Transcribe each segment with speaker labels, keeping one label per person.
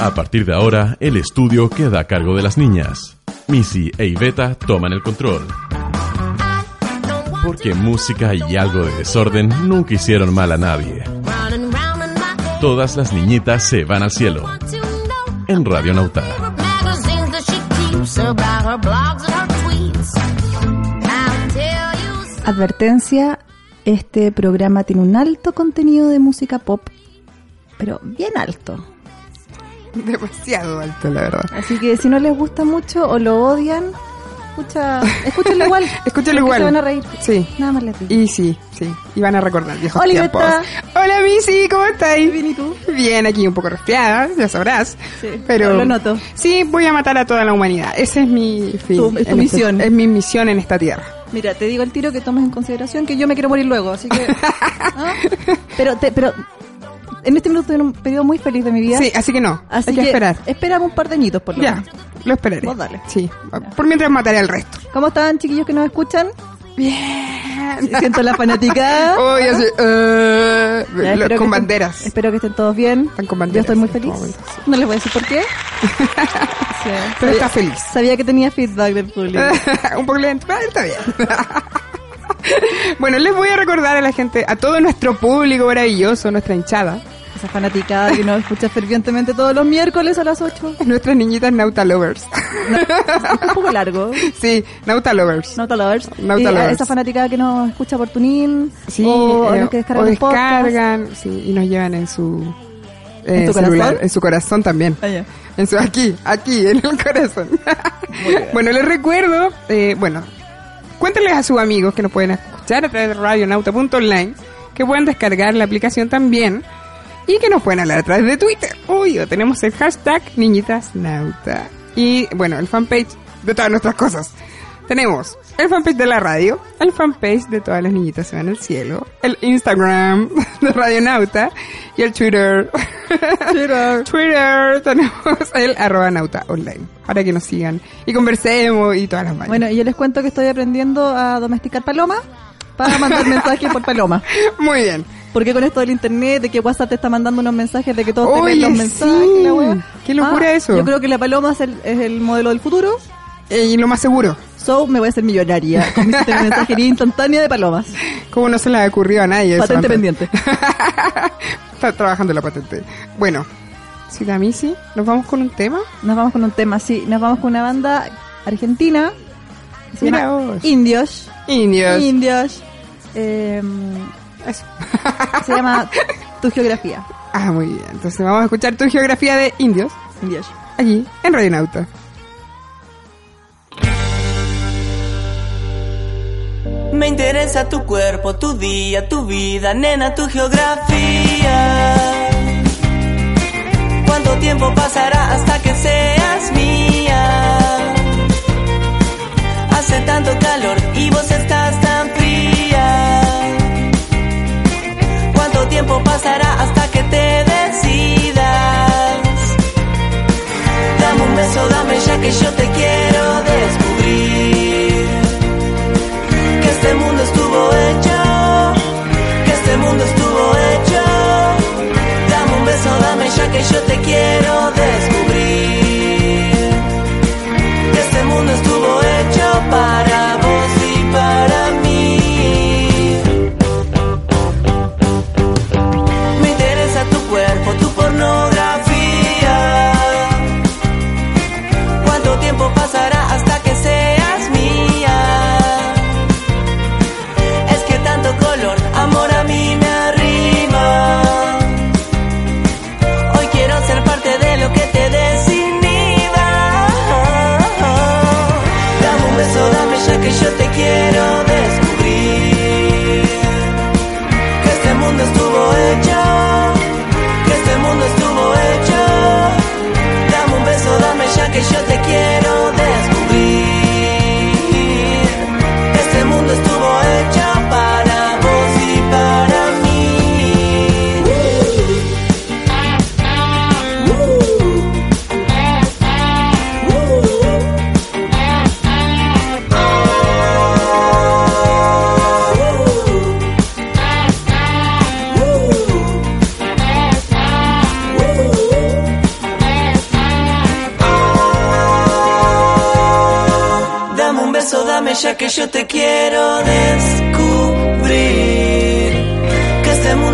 Speaker 1: A partir de ahora, el estudio queda a cargo de las niñas. Missy e Iveta toman el control. Porque música y algo de desorden nunca hicieron mal a nadie. Todas las niñitas se van al cielo. En Radio Nauta.
Speaker 2: Advertencia, este programa tiene un alto contenido de música pop, pero bien alto.
Speaker 3: Demasiado alto, la verdad.
Speaker 2: Así que si no les gusta mucho o lo odian, escucha, escúchenlo igual.
Speaker 3: Escúchalo
Speaker 2: porque
Speaker 3: igual.
Speaker 2: Se van a reír.
Speaker 3: Sí.
Speaker 2: Nada más les digo.
Speaker 3: Y sí, sí. Y van a recordar viejos
Speaker 2: Hola,
Speaker 3: tiempos.
Speaker 2: Iveta.
Speaker 3: Hola, Missy, ¿cómo estáis?
Speaker 2: Bien, ¿y tú?
Speaker 3: Bien, aquí un poco resfriada, ya sabrás.
Speaker 2: Sí,
Speaker 3: pero
Speaker 2: lo noto.
Speaker 3: Sí, voy a matar a toda la humanidad. Ese es mi fin.
Speaker 2: Tu- es
Speaker 3: en
Speaker 2: tu
Speaker 3: este-
Speaker 2: misión.
Speaker 3: es mi misión en esta tierra.
Speaker 2: Mira, te digo el tiro que tomes en consideración que yo me quiero morir luego, así que. ¿Ah? Pero, te- pero en este minuto estoy en un periodo muy feliz de mi vida.
Speaker 3: Sí, así que no.
Speaker 2: Así
Speaker 3: hay que, esperar.
Speaker 2: Esperamos un par de añitos por lo
Speaker 3: Ya,
Speaker 2: menos.
Speaker 3: lo esperaré.
Speaker 2: Vos dale.
Speaker 3: Sí, por mientras mataré al resto.
Speaker 2: ¿Cómo están, chiquillos que nos escuchan?
Speaker 3: Bien.
Speaker 2: Siento la fanática.
Speaker 3: Oh, ya sé, eh,
Speaker 2: Ya,
Speaker 3: lo-
Speaker 2: espero que
Speaker 3: con
Speaker 2: estén-
Speaker 3: banderas.
Speaker 2: espero que estén todos bien.
Speaker 3: Están con banderas
Speaker 2: Yo estoy muy
Speaker 3: en este
Speaker 2: feliz.
Speaker 3: momento,
Speaker 2: No les voy a decir por qué. Sí.
Speaker 3: Pero está feliz.
Speaker 2: Sabía que tenía feedback del público.
Speaker 3: un poco lento, pero está bien. bueno, les voy a recordar a la gente, a todo nuestro público maravilloso, nuestra hinchada,
Speaker 2: Esa fanaticada que nos escucha fervientemente todos los miércoles a las 8.
Speaker 3: nuestras niñitas Nauta Lovers.
Speaker 2: Es un poco largo.
Speaker 3: sí, Nauta Lovers.
Speaker 2: Nauta Lovers.
Speaker 3: Nauta
Speaker 2: Y a
Speaker 3: Lovers.
Speaker 2: Esa fanaticada que nos escucha por Tunin.
Speaker 3: Sí,
Speaker 2: o a
Speaker 3: eh,
Speaker 2: los que descargan
Speaker 3: o
Speaker 2: los podcasts.
Speaker 3: descargan, sí, y nos llevan en su eh,
Speaker 2: ¿En tu
Speaker 3: celular,
Speaker 2: corazón?
Speaker 3: en su corazón también.
Speaker 2: Ah, ya.
Speaker 3: En su- aquí, aquí, en el corazón. bueno, les recuerdo, eh, bueno, cuéntenles a sus amigos que nos pueden escuchar a través de radionauta.online, que pueden descargar la aplicación también y que nos pueden hablar a través de Twitter. Uy, o tenemos el hashtag niñitasnauta. Y bueno, el fanpage de todas nuestras cosas. Tenemos el fanpage de la radio, el fanpage de todas las niñitas se van al cielo, el Instagram de Radio Nauta y el Twitter. Twitter. tenemos el arroba nauta online para que nos sigan y conversemos y todas las vainas.
Speaker 2: Bueno, y yo les cuento que estoy aprendiendo a domesticar paloma para mandar mensajes por paloma.
Speaker 3: Muy bien.
Speaker 2: Porque con esto del internet, de que WhatsApp te está mandando unos mensajes, de que todos te
Speaker 3: Oye,
Speaker 2: leen los mensajes,
Speaker 3: sí.
Speaker 2: la wea.
Speaker 3: Qué locura eso.
Speaker 2: Yo creo que la paloma es el, es el modelo del futuro.
Speaker 3: Eh, y lo más seguro,
Speaker 2: So, me voy a hacer millonaria con mi sistema de mensajería instantánea de palomas.
Speaker 3: como no se le ha ocurrido a nadie eso
Speaker 2: Patente
Speaker 3: antes?
Speaker 2: pendiente.
Speaker 3: Está trabajando la patente. Bueno, si Missy, nos vamos con un tema.
Speaker 2: Nos vamos con un tema, sí. Nos vamos con una banda argentina. que se
Speaker 3: Mira
Speaker 2: llama
Speaker 3: vos.
Speaker 2: Indios.
Speaker 3: Indios.
Speaker 2: Indios. Eh,
Speaker 3: Eso.
Speaker 2: se llama Tu Geografía.
Speaker 3: Ah, muy bien. Entonces vamos a escuchar tu geografía de indios
Speaker 2: Indios.
Speaker 3: aquí en Radio Nauta.
Speaker 4: Me interesa tu cuerpo, tu día, tu vida, nena, tu geografía. ¿Cuánto tiempo pasará hasta que seas mía? Hace tanto calor y vos estás tan fría. ¿Cuánto tiempo pasará hasta que te decidas? Dame un beso, dame ya que yo te quiero descubrir que este mundo estuvo hecho, que este mundo estuvo hecho. Dame un beso, dame ya que yo te quiero descubrir. Que este mundo estuvo hecho para vos y para mí.
Speaker 5: este Este
Speaker 4: ya que yo te quiero descubrir que este mundo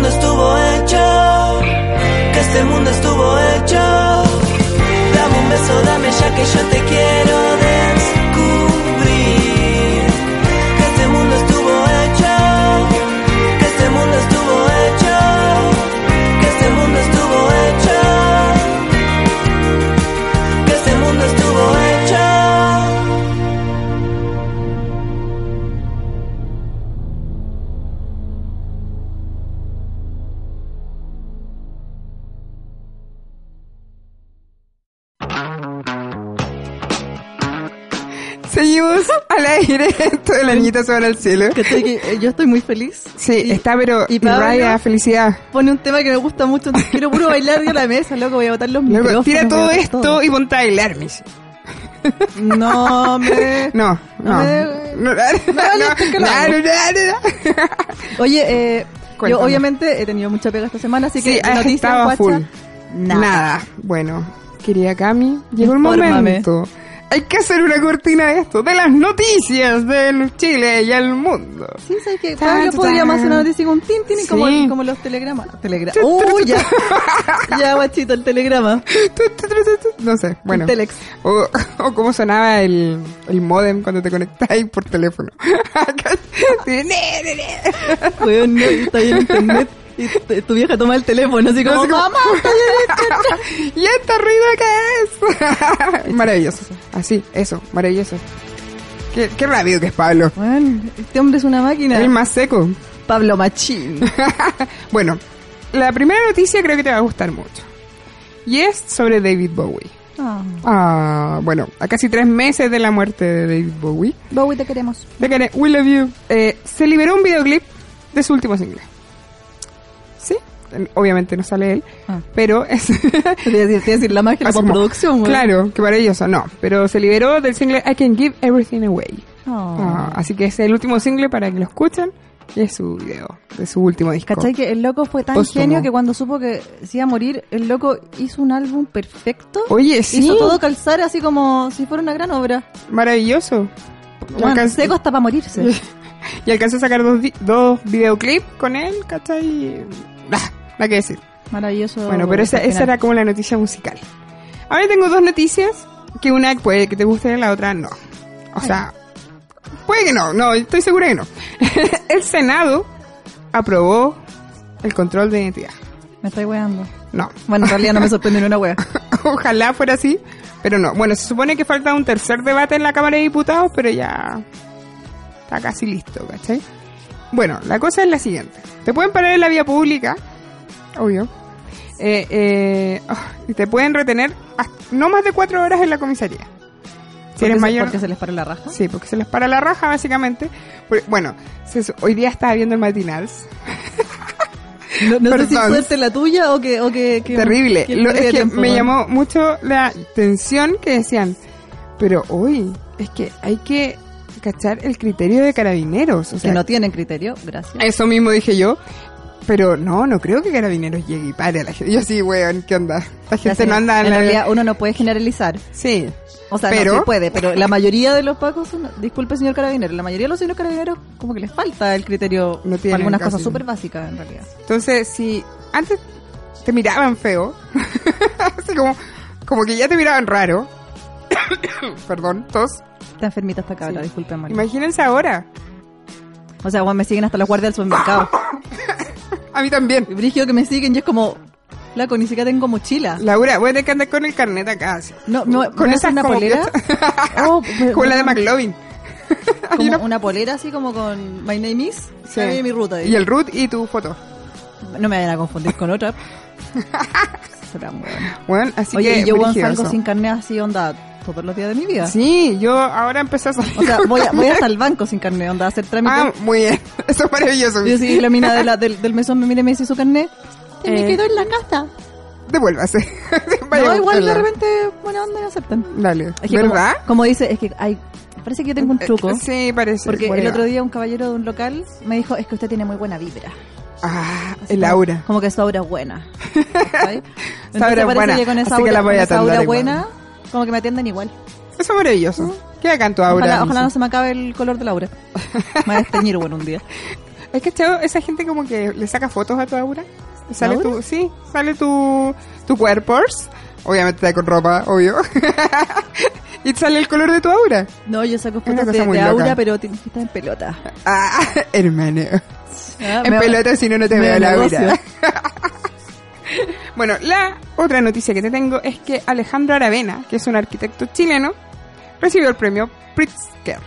Speaker 4: estuvo hecho, que este mundo estuvo hecho. Dame un beso, dame ya que yo te quiero descubrir que este mundo estuvo hecho, que este mundo estuvo hecho, que este mundo estuvo hecho, que este mundo estuvo hecho.
Speaker 3: Seguimos al aire. Esto de la niñita se van al cielo.
Speaker 2: ¿Cachai que, eh, yo estoy muy feliz.
Speaker 3: Sí,
Speaker 2: Y
Speaker 3: está, pero
Speaker 2: y Pablo-
Speaker 3: raya felicidad.
Speaker 2: Pone un tema que me gusta mucho. Quiero puro bailar yo a la mesa, loco. Voy a botar los
Speaker 3: Luego,
Speaker 2: micrófonos.
Speaker 3: tira todo
Speaker 2: voy a
Speaker 3: esto
Speaker 2: botar todo.
Speaker 3: y ponte a bailar, Miss.
Speaker 2: No, me...
Speaker 3: No, no.
Speaker 2: Eh,
Speaker 3: No, no, no,
Speaker 2: es que lo hago.
Speaker 3: no, no, no.
Speaker 2: Oye, eh, yo
Speaker 3: Cuéntame.
Speaker 2: obviamente he tenido mucha pega esta semana, así que
Speaker 3: Sí,
Speaker 2: de
Speaker 3: has
Speaker 2: noticias,
Speaker 3: estado a
Speaker 2: guacha,
Speaker 3: full.
Speaker 2: Nada.
Speaker 3: Bueno, querida Cami, llegó el
Speaker 2: Infórmame.
Speaker 3: momento. Hay que hacer una cortina de esto, de las noticias del Chile y el mundo.
Speaker 2: Sí, ¿sabes qué?
Speaker 3: Tan,
Speaker 2: Pablo
Speaker 3: tan.
Speaker 2: podríamos hacer una noticia con tin, tin, y como,
Speaker 3: Sí.
Speaker 2: como los telegramas. Telegrama.
Speaker 3: Chu, chu,
Speaker 2: ¡Uy,
Speaker 3: chu,
Speaker 2: ya! ya, guachito, el telegrama.
Speaker 3: No sé, bueno.
Speaker 2: El telex.
Speaker 3: O, o cómo sonaba el, el modem cuando te conectáis por teléfono. Sí, ne, ne, ne.
Speaker 2: Weón, no, y está ahí en internet. Y t- tu vieja toma el teléfono, así como,
Speaker 3: Así como-
Speaker 2: ¡Mamá, estoy en internet".
Speaker 3: ¿Y este ruido qué es? maravilloso. Así, eso, maravilloso. Qué, qué rápido que es Pablo.
Speaker 2: Weón, este hombre es una máquina.
Speaker 3: El más seco.
Speaker 2: Pablo Machín.
Speaker 3: bueno, la primera noticia creo que te va a gustar mucho. Y es sobre David Bowie.
Speaker 2: Ah.
Speaker 3: Ah, bueno, a casi tres meses de la muerte de David Bowie,
Speaker 2: Bowie, te queremos.
Speaker 3: de que We Love You, eh, se liberó un videoclip de su último single. Sí, eh, obviamente no sale él,
Speaker 2: Ah.
Speaker 3: pero es...
Speaker 2: Te iba a decir, te iba a decir la magia de la
Speaker 3: así como-
Speaker 2: postproducción, weón.
Speaker 3: Claro, que maravilloso, no. Pero se liberó del single I Can Give Everything Away.
Speaker 2: Ah.
Speaker 3: Ah, así que es el último single para que lo escuchen y es su video, de su último disco.
Speaker 2: ¿Cachai? Que el loco fue tan
Speaker 3: Póstumo.
Speaker 2: genio que cuando supo que se iba a morir, el loco hizo un álbum perfecto.
Speaker 3: Oye, sí.
Speaker 2: Hizo todo calzar así como si fuera una gran obra.
Speaker 3: Maravilloso. Y
Speaker 2: Bueno,
Speaker 3: alcanz-
Speaker 2: seco hasta para morirse.
Speaker 3: Y alcanzó a sacar dos, di- dos videoclips con él, ¿cachai? Nah, nada que decir.
Speaker 2: Maravilloso.
Speaker 3: Bueno, pero esa, esa era como la noticia musical. Ahora tengo dos noticias, que una puede que te guste y la otra no. O sea, puede que no, no, estoy segura que no. el Senado aprobó el control de identidad.
Speaker 2: Me estoy weando.
Speaker 3: No,
Speaker 2: Bueno, en realidad no me sorprende ni una wea.
Speaker 3: Ojalá fuera así, pero no. Bueno, se supone que falta un tercer debate en la Cámara de Diputados, pero ya está casi listo, ¿cachai? Bueno, la cosa es la siguiente. Te pueden parar en la vía pública, obvio, eh, eh, oh, y te pueden retener hasta- no más de cuatro horas en la comisaría. Si
Speaker 2: Porque
Speaker 3: eres
Speaker 2: se-
Speaker 3: mayor...
Speaker 2: Porque se les paró la raja.
Speaker 3: Sí, porque se les para la raja, básicamente. Porque- Bueno, se su- hoy día estaba viendo el matinals.
Speaker 2: No, no sé si
Speaker 3: Perdón.
Speaker 2: suerte la tuya o que... O que, que-
Speaker 3: Terrible.
Speaker 2: que
Speaker 3: Lo-
Speaker 2: pérdida
Speaker 3: es
Speaker 2: de
Speaker 3: que
Speaker 2: tiempo,
Speaker 3: me
Speaker 2: weón.
Speaker 3: llamó mucho la atención que decían, pero hoy es que hay que cachar el criterio de carabineros. O
Speaker 2: Que
Speaker 3: sea,
Speaker 2: no tienen criterio, gracias.
Speaker 3: eso mismo dije yo. Pero no, no creo que carabineros llegue y pare a la gente. Yo sí, weón, ¿qué onda? La gente
Speaker 2: Gracias.
Speaker 3: no anda
Speaker 2: en
Speaker 3: la...
Speaker 2: realidad uno no puede generalizar.
Speaker 3: Sí.
Speaker 2: O sea,
Speaker 3: Pero-
Speaker 2: no se puede, pero la mayoría de los pacos son, disculpe señor carabinero, la mayoría de los señores carabineros como que les falta el criterio
Speaker 3: No
Speaker 2: para
Speaker 3: tienen
Speaker 2: algunas
Speaker 3: casi.
Speaker 2: cosas súper básicas en realidad.
Speaker 3: Entonces, si antes te miraban feo, así como, como que ya te miraban raro. Perdón, tos.
Speaker 2: Está enfermita esta cabra,
Speaker 3: Sí.
Speaker 2: disculpen María.
Speaker 3: Imagínense ahora.
Speaker 2: O sea, weón, me siguen hasta los guardias del supermercado.
Speaker 3: A mí también.
Speaker 2: Y Brigio que me siguen y es como, flaco, ni siquiera tengo mochila.
Speaker 3: Laura, voy a tener que andar con el carnet acá. así.
Speaker 2: No, me, voy- me voy a hacer
Speaker 3: esas
Speaker 2: una
Speaker 3: como
Speaker 2: polera. Oh, me-
Speaker 3: Con la de
Speaker 2: me-
Speaker 3: McLovin.
Speaker 2: como
Speaker 3: Hay una-
Speaker 2: una polera así como con My Name Is.
Speaker 3: Sí.
Speaker 2: ahí mi ruta. ahí.
Speaker 3: Y el root y tu foto.
Speaker 2: No me vayan a confundir con otra. Será muy bueno.
Speaker 3: Bueno, así
Speaker 2: Oye,
Speaker 3: que.
Speaker 2: y yo weón,
Speaker 3: brígido
Speaker 2: salgo
Speaker 3: eso.
Speaker 2: sin carnet así onda todos los días de mi vida.
Speaker 3: Sí, yo ahora empecé a salir.
Speaker 2: O sea, voy, a- voy hasta el banco sin carnet, onda a hacer trámites.
Speaker 3: Ah, muy bien. Eso es maravilloso.
Speaker 2: Yo sí, la mina de la- del, del mesón me mira y me dice su carnet. Se me
Speaker 3: Eh.
Speaker 2: quedó en la casa.
Speaker 3: Devuélvase. Vaya
Speaker 2: no,
Speaker 3: a
Speaker 2: igual de
Speaker 3: buscarla.
Speaker 2: repente, buena onda me aceptan.
Speaker 3: Dale.
Speaker 2: Es que
Speaker 3: ¿Verdad?
Speaker 2: Como, como dice, es que hay, parece que yo tengo un truco.
Speaker 3: Eh, Sí, parece.
Speaker 2: Porque
Speaker 3: por ahí
Speaker 2: el
Speaker 3: va.
Speaker 2: otro día un caballero de un local me dijo, es que usted tiene muy buena vibra.
Speaker 3: Ah,
Speaker 2: Así
Speaker 3: el
Speaker 2: como-
Speaker 3: aura.
Speaker 2: Como que su aura es buena. ¿cachai?
Speaker 3: aura es
Speaker 2: Entonces parece
Speaker 3: buena,
Speaker 2: que con esa
Speaker 3: así que
Speaker 2: aura,
Speaker 3: la voy a
Speaker 2: con esa aura
Speaker 3: atender igual.
Speaker 2: buena, como que me atienden igual.
Speaker 3: Eso es maravilloso. ¿Qué acá en tu aura?
Speaker 2: ¿Mm? Ojalá,
Speaker 3: Lisa?
Speaker 2: ojalá no se me acabe el color de la aura. Me va a desteñir bueno un día.
Speaker 3: ¿Has cachado esa gente como que le saca fotos a tu aura? Sale
Speaker 2: ¿Aura?
Speaker 3: tu, sí, sale tu, tu cuerpo, obviamente está con ropa, obvio, y sale el color de tu aura.
Speaker 2: No, yo saco
Speaker 3: una
Speaker 2: fotos
Speaker 3: cosa
Speaker 2: de,
Speaker 3: muy
Speaker 2: de
Speaker 3: loca.
Speaker 2: aura, pero tienes que estar en pelota.
Speaker 3: Ah, hermano,
Speaker 2: Ah,
Speaker 3: en
Speaker 2: me-
Speaker 3: pelota si no, no te
Speaker 2: me
Speaker 3: veo
Speaker 2: da
Speaker 3: la
Speaker 2: negocio.
Speaker 3: aura. Bueno, la otra noticia que te tengo es que Alejandro Aravena, que es un arquitecto chileno, recibió el premio Pritzker.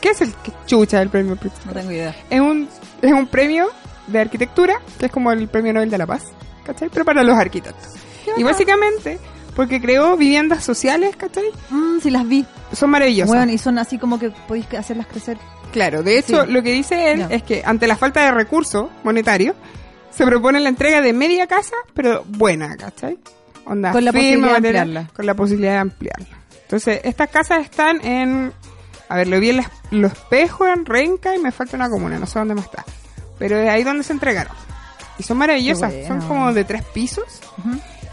Speaker 3: ¿Qué es el que chucha el premio Pritzker?
Speaker 2: No tengo idea.
Speaker 3: es un, es un premio de arquitectura, que es como el premio Nobel de la Paz, ¿cachai? Pero para los arquitectos. Y básicamente, porque creó viviendas sociales, ¿cachai?
Speaker 2: Mm, sí, las vi.
Speaker 3: Son maravillosas.
Speaker 2: Bueno, y son así como que podéis hacerlas crecer.
Speaker 3: claro, de hecho,
Speaker 2: sí.
Speaker 3: lo que dice él
Speaker 2: Ya.
Speaker 3: es que ante la falta de recursos monetarios, se propone la entrega de media casa, pero buena, ¿cachai? Onda,
Speaker 2: Con la
Speaker 3: firma,
Speaker 2: posibilidad de
Speaker 3: material,
Speaker 2: ampliarla.
Speaker 3: Con la posibilidad de ampliarla. Entonces, estas casas están en... A ver, lo vi en Las- Los Pejos, en Renca, y me falta una comuna, no sé dónde más está. Pero es ahí donde se entregaron. Y son maravillosas,
Speaker 2: Qué bueno.
Speaker 3: son como de tres pisos,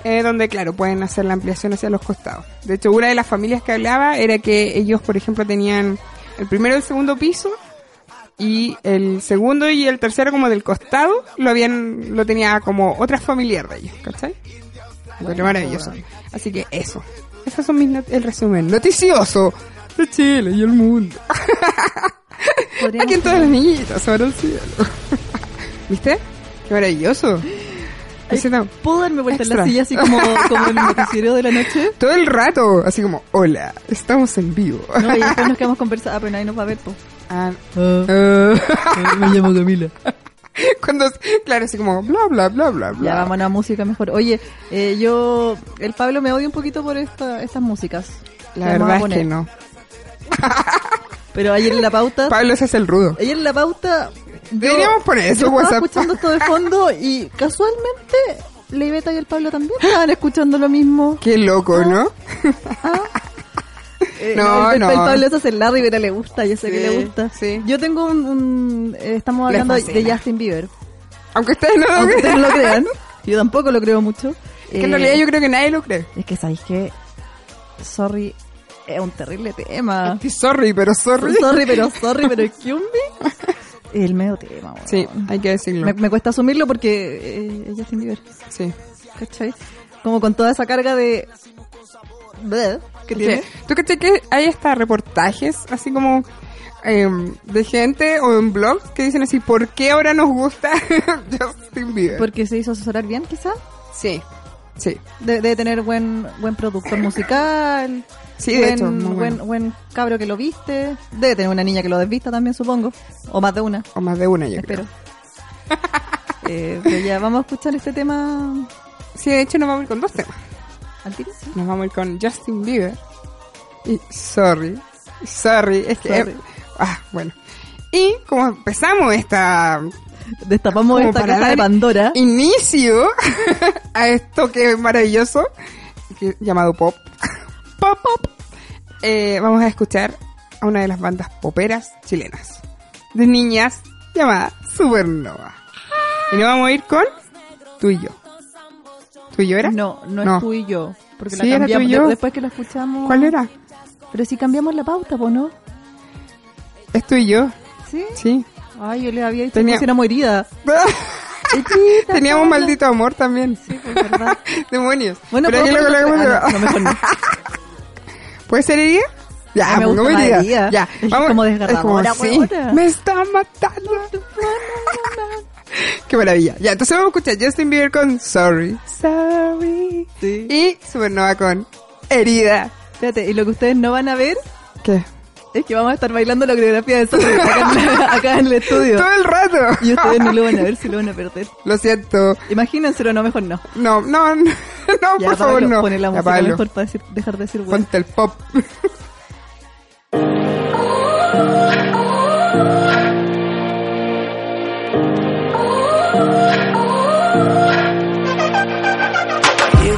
Speaker 3: eh, donde, claro, pueden hacer la ampliación hacia los costados. De hecho, una de las familias que hablaba era que ellos, por ejemplo, tenían el primero y el segundo piso, y el segundo y el tercero como del costado lo habían lo tenía como otra familiar de ellos ¿cachai? Pero maravilloso así que eso esos son mis not- el resumen noticioso de Chile y el mundo
Speaker 2: Podríamos
Speaker 3: aquí en todas las niñitas ahora el cielo ¿viste? qué maravilloso Ese no,
Speaker 2: ¿Puedo darme vuelta en
Speaker 3: Extra.
Speaker 2: la silla así como, como en el noticiero de la noche?
Speaker 3: todo el rato así como hola estamos en vivo
Speaker 2: No, y después nos quedamos conversando. Ah, pero nadie nos va a ver, po.
Speaker 3: Ah, ah.
Speaker 2: Eh, me llamo Camila.
Speaker 3: cuando claro así como bla bla bla bla bla
Speaker 2: Ya vámonos a música mejor. Oye, eh, yo, el Pablo me odia un poquito por esta, estas músicas.
Speaker 3: la
Speaker 2: Las vamos a
Speaker 3: verdad es
Speaker 2: poner.
Speaker 3: que no
Speaker 2: Pero ayer en la pauta,
Speaker 3: Pablo se hace el rudo
Speaker 2: ayer en la pauta, yo,
Speaker 3: Deberíamos poner eso,
Speaker 2: yo estaba
Speaker 3: WhatsApp.
Speaker 2: escuchando esto de fondo y casualmente la Iveta y el Pablo también estaban escuchando lo mismo.
Speaker 3: Qué
Speaker 2: Ah.
Speaker 3: loco, ¿no?
Speaker 2: Eh,
Speaker 3: No,
Speaker 2: el, el-
Speaker 3: no.
Speaker 2: el Pablo se hace la Rivera le gusta, yo sé que
Speaker 3: Sí,
Speaker 2: le gusta.
Speaker 3: sí.
Speaker 2: Yo tengo un, un- eh, estamos
Speaker 3: Le
Speaker 2: hablando de
Speaker 3: fascina.
Speaker 2: Justin Bieber.
Speaker 3: Aunque ustedes no lo
Speaker 2: Aunque ustedes
Speaker 3: crean.
Speaker 2: no lo crean, yo tampoco lo creo mucho.
Speaker 3: Que en
Speaker 2: Eh,
Speaker 3: realidad yo creo que nadie lo cree.
Speaker 2: Es que sabéis que, sorry, es un terrible tema.
Speaker 3: Sí, Sorry, pero sorry.
Speaker 2: Ah. sorry, pero sorry, pero excuse me. El medio tema, weón.
Speaker 3: Sí, hay que decirlo.
Speaker 2: Me, me cuesta asumirlo porque eh, es Justin Bieber,
Speaker 3: Sí.
Speaker 2: ¿cachai? Como con toda esa carga de... bleh que tiene.
Speaker 3: Porque, ¿Tú cachai que hay hasta reportajes así como em, de gente o en blogs que dicen así, ¿por qué ahora nos gusta Justin Bieber?
Speaker 2: Porque se hizo asesorar bien, quizás.
Speaker 3: Sí, sí.
Speaker 2: De- Debe tener buen buen productor musical.
Speaker 3: Sí, de
Speaker 2: buen,
Speaker 3: hecho, muy bueno.
Speaker 2: buen, buen cabro que lo viste. Debe tener una niña que lo desvista también, supongo. O más de una,
Speaker 3: O más de una, yo
Speaker 2: espero.
Speaker 3: creo.
Speaker 2: Eh, pero ya, vamos a escuchar este tema
Speaker 3: Sí, de hecho nos vamos a ir con dos temas.
Speaker 2: al tiro. ¿sí?
Speaker 3: Nos vamos a ir con Justin Bieber. Y sorry, sorry, es que...
Speaker 2: Sorry.
Speaker 3: ah, bueno. Y como empezamos esta
Speaker 2: Destapamos
Speaker 3: Como
Speaker 2: esta
Speaker 3: para
Speaker 2: caja de
Speaker 3: dar
Speaker 2: Pandora.
Speaker 3: inicio a esto que es maravilloso, que- llamado pop. pop, pop. Eh, vamos a escuchar a una de las bandas poperas chilenas, de niñas, llamada Supernova. Y nos vamos a ir con tú y yo. ¿Tú y yo era?
Speaker 2: No, no,
Speaker 3: No.
Speaker 2: es tú y yo. Porque
Speaker 3: Sí,
Speaker 2: la
Speaker 3: era tú y
Speaker 2: cambiamos
Speaker 3: yo.
Speaker 2: de- después que la escuchamos.
Speaker 3: ¿Cuál era?
Speaker 2: Pero si cambiamos la pauta, ¿po no?
Speaker 3: Es tú y yo,
Speaker 2: ¿Sí?
Speaker 3: sí.
Speaker 2: Ay, yo le había dicho
Speaker 3: Tenía-
Speaker 2: que era herida. Chiquita,
Speaker 3: Teníamos
Speaker 2: Paula.
Speaker 3: maldito amor también.
Speaker 2: Sí, pues, verdad.
Speaker 3: Demonios.
Speaker 2: Bueno,
Speaker 3: Pero aquí
Speaker 2: ¿puedo
Speaker 3: lo
Speaker 2: poner-
Speaker 3: colocamos de-
Speaker 2: Ah, no, no, mejor no.
Speaker 3: ¿Puede ser herida? Ya,
Speaker 2: Ah, me gusta
Speaker 3: pongamos
Speaker 2: más
Speaker 3: herida.
Speaker 2: herida.
Speaker 3: Ya,
Speaker 2: Es como desgarradora,
Speaker 3: es como, sí,
Speaker 2: huevona.
Speaker 3: Me está matando. Qué maravilla. Ya, entonces vamos a escuchar Justin Bieber con Sorry. Sorry.
Speaker 2: Sí.
Speaker 3: Y Supernova con Herida.
Speaker 2: Espérate, y lo que ustedes no van a ver
Speaker 3: ¿Qué?
Speaker 2: es que vamos a estar bailando la coreografía de Sorry acá, en- acá en el estudio.
Speaker 3: Todo el rato.
Speaker 2: Y ustedes no lo van a ver si lo van a perder.
Speaker 3: Lo siento.
Speaker 2: Imagínenselo, no, mejor no.
Speaker 3: No, no, no,
Speaker 2: Ya,
Speaker 3: por
Speaker 2: Pablo,
Speaker 3: favor, no.
Speaker 2: Pone la
Speaker 3: Ya,
Speaker 2: música
Speaker 3: Pablo,
Speaker 2: mejor para decir- dejar de decir bueno.
Speaker 3: Ponte el pop.
Speaker 4: You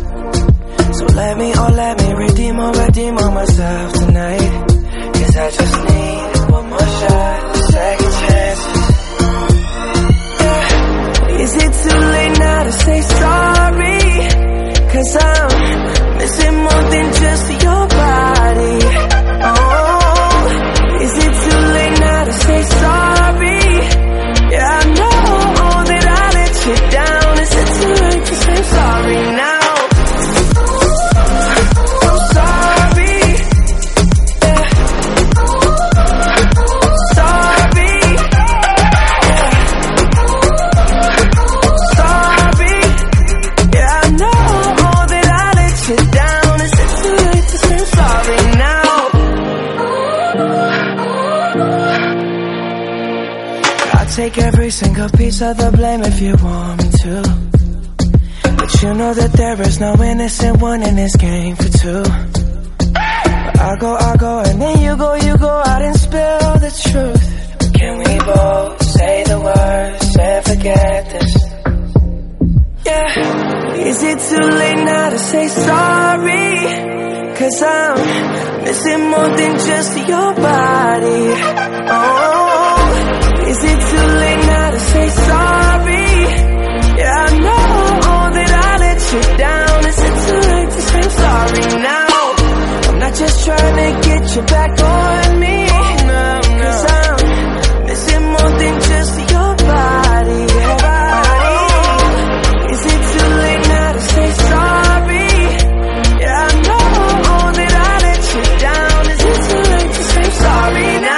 Speaker 5: So let me, oh, let me redeem or redeem on myself tonight. Cause I just need one more shot, second chance. Yeah. Is it too late now to say sorry? Cause I'm missing more than just your body. Oh, is it too late now to say sorry? Yeah, I know that I let you down. Is it too late to say sorry now? I'm sorry. Yeah. Sorry. Sorry. Yeah, I know that I let you down. Is it too late to say sorry now? I'll take every single piece of the blame if you want me to. But you know that there is no innocent one in this game for two. I go, I go, and then you go, you go out and spill the truth. Can we both say the words and forget this? Yeah. Is it too late now to say sorry? Cause I'm missing more than just your body. Oh, is it too late now to say sorry? Yeah, I know that I let you down. Is it too late to say sorry now? I'm not just trying to get you back on me. Oh, No, no. Cause I'm missing more than just your body. Oh, is it too late now to say sorry? Yeah, I know that I let you down. Is it too late to say sorry now?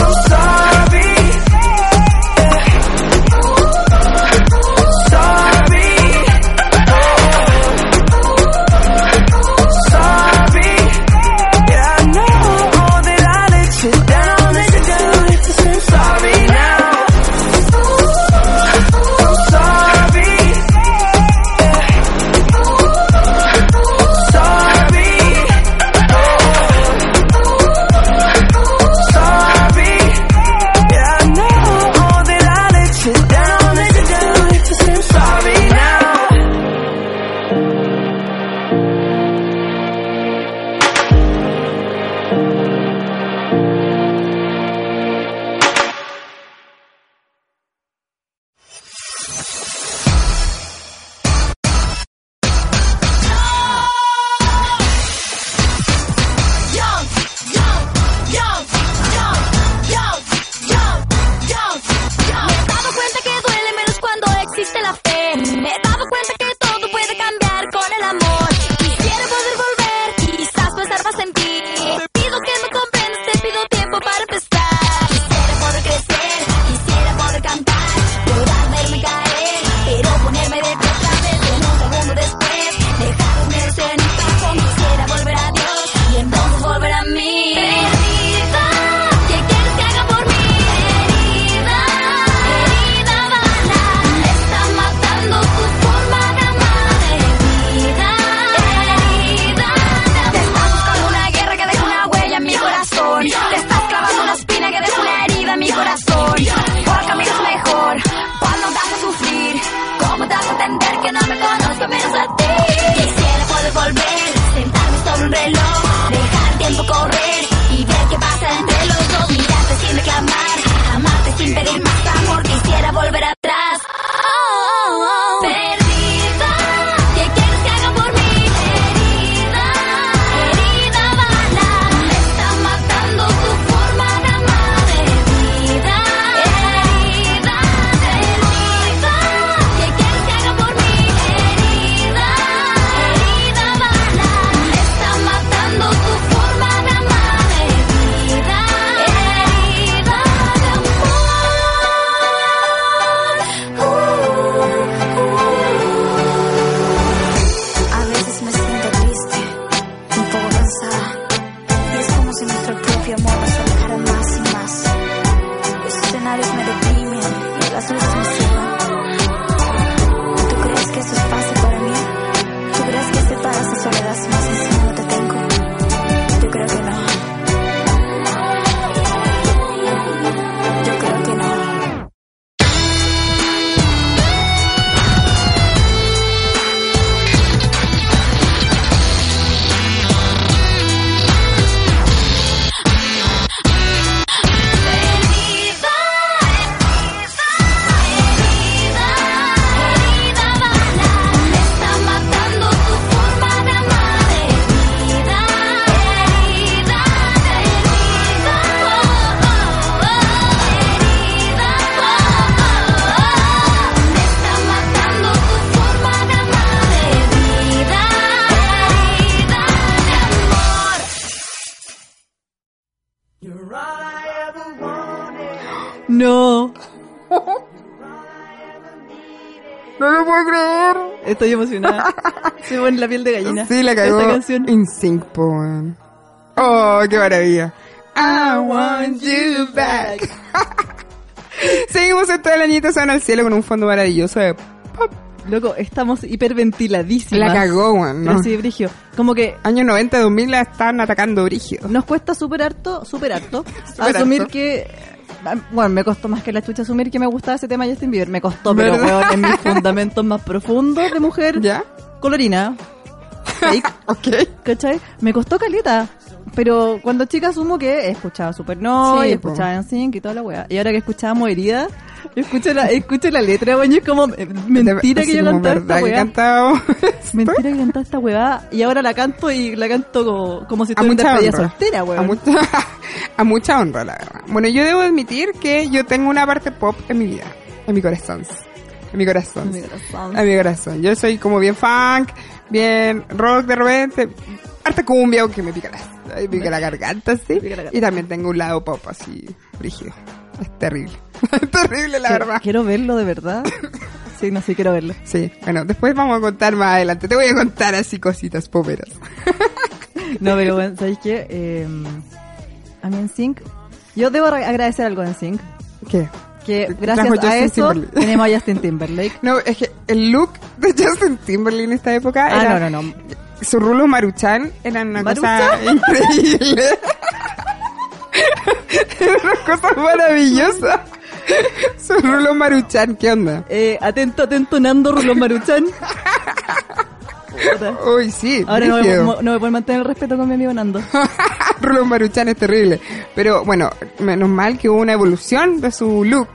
Speaker 5: I'm sorry. Sorry. Sorry.
Speaker 2: No,
Speaker 3: No lo puedo creer.
Speaker 2: estoy emocionada. Se me pone la piel de gallina.
Speaker 3: Sí, la cagó.
Speaker 2: Esta canción.
Speaker 3: In sync, po, weón. Oh, qué maravilla. I want you back. Seguimos en todo el añito sana al cielo con un fondo maravilloso de pop.
Speaker 2: Loco, estamos hiperventiladísimas.
Speaker 3: La cagó, weón. ¿no?
Speaker 2: Pero sí, Brigio. Como que
Speaker 3: Años 90, 2000 la están atacando brígido.
Speaker 2: nos cuesta súper harto, súper harto,
Speaker 3: Súper
Speaker 2: asumir
Speaker 3: harto.
Speaker 2: que... ah, Bueno, me costó más que la chucha asumir que me gustaba ese tema de Justin Bieber. Me costó, pero
Speaker 3: ¿Verdad?
Speaker 2: weón, en mis fundamentos más profundos de mujer
Speaker 3: ¿Ya?
Speaker 2: colorina, fake,
Speaker 3: Ok.
Speaker 2: ¿cachai? Me costó caleta. Pero cuando chica asumo que escuchaba Supernoy,
Speaker 3: Sí, po.
Speaker 2: escuchaba NSYNC y toda la weá. Y ahora que escuchábamos Herida, escucho la, escucho la letra, weón, y es como eh, mentira
Speaker 3: Así
Speaker 2: que yo
Speaker 3: como,
Speaker 2: cantaba esta
Speaker 3: ¿verdad que
Speaker 2: weá.
Speaker 3: cantaba?
Speaker 2: Mentira que cantaba esta weá y ahora la canto y la canto como, como si
Speaker 3: a
Speaker 2: estuviera en
Speaker 3: mucha
Speaker 2: despedida
Speaker 3: honra.
Speaker 2: soltera,
Speaker 3: a,
Speaker 2: weón.
Speaker 3: mucha, a mucha honra, la verdad. Bueno, yo debo admitir que yo tengo una parte pop en mi vida, en mi corazón. En mi corazón.
Speaker 2: Mi corazón.
Speaker 3: A mi corazón. Yo soy como bien funk, bien rock de repente, harta cumbia, aunque me pica la, ay, me pica la garganta, sí.
Speaker 2: pica la garganta.
Speaker 3: Y también tengo un lado pop así, rígido. Es terrible. Es terrible, la
Speaker 2: Quiero-
Speaker 3: verdad.
Speaker 2: Quiero verlo de verdad. Sí, no, sí, quiero verlo.
Speaker 3: Sí, bueno, después vamos a contar más adelante. Te voy a contar así cositas poperas.
Speaker 2: No, pero bueno, ¿sabéis qué? Eh, a mí en Sync, yo debo re- agradecer algo en Sync,
Speaker 3: ¿Qué?
Speaker 2: que
Speaker 3: Trajo
Speaker 2: gracias
Speaker 3: Justin
Speaker 2: a eso
Speaker 3: Timberlake.
Speaker 2: tenemos a Justin Timberlake.
Speaker 3: No, es que el look de Justin Timberlake en esta época
Speaker 2: Ah,
Speaker 3: era...
Speaker 2: no, no, no.
Speaker 3: Su rulo maruchan eran una cosa
Speaker 2: ¿Maruchan?
Speaker 3: increíble. era una cosa maravillosa. Su rulo maruchan, ¿qué onda?
Speaker 2: Eh, atento, atento, Nando Rulón Maruchan. Puta.
Speaker 3: Uy, sí,
Speaker 2: Ahora no me,
Speaker 3: brígido. Ah,
Speaker 2: mo- no me pueden mantener el respeto con mi amigo Nando.
Speaker 3: Rulo maruchan es terrible. Pero bueno, menos mal que hubo una evolución de su look.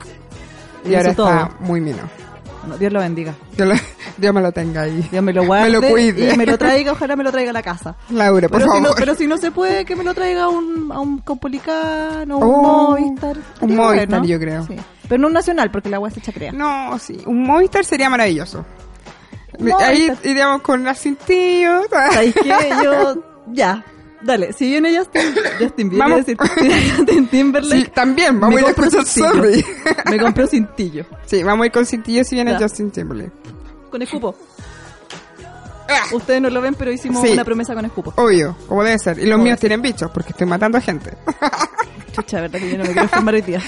Speaker 3: Y
Speaker 2: Hizo
Speaker 3: ahora está
Speaker 2: todo.
Speaker 3: muy mino.
Speaker 2: Bueno, Dios lo bendiga.
Speaker 3: Dios, lo- Dios me lo tenga ahí.
Speaker 2: Dios me lo guarde
Speaker 3: Me lo cuide.
Speaker 2: y me lo traiga, ojalá me lo traiga a la casa.
Speaker 3: Laura, por
Speaker 2: Pero si,
Speaker 3: favor.
Speaker 2: no, pero si no se puede, que me lo traiga a un, a un Copolicano, un
Speaker 3: Oh,
Speaker 2: Movistar.
Speaker 3: un
Speaker 2: Tiene que haber,
Speaker 3: Movistar, yo creo.
Speaker 2: Sí. Pero no un nacional, porque la agua se chacrea.
Speaker 3: No, sí. Un Movistar sería maravilloso.
Speaker 2: Movistar.
Speaker 3: Ahí iríamos con las cintillos.
Speaker 2: ¿Sabéis qué? Yo, ya. Dale, si viene Justin, Justin Bieber,
Speaker 3: Vamos.
Speaker 2: es decir, si viene Justin Timberlake.
Speaker 3: Sí, también, vamos
Speaker 2: me
Speaker 3: a ir a
Speaker 2: compro
Speaker 3: escuchar
Speaker 2: cintillo.
Speaker 3: Sorry.
Speaker 2: Me compré un cintillo.
Speaker 3: Sí, vamos a ir con cintillos si viene
Speaker 2: Ya.
Speaker 3: Justin Timberlake.
Speaker 2: Con escupo. Ustedes no lo ven, pero hicimos
Speaker 3: Ah. Sí.
Speaker 2: una promesa con escupo.
Speaker 3: Obvio, como debe ser. Y los
Speaker 2: Como
Speaker 3: míos
Speaker 2: debe
Speaker 3: tienen bichos, porque estoy matando a gente.
Speaker 2: Chucha, verdad que yo no me quiero formar hoy día.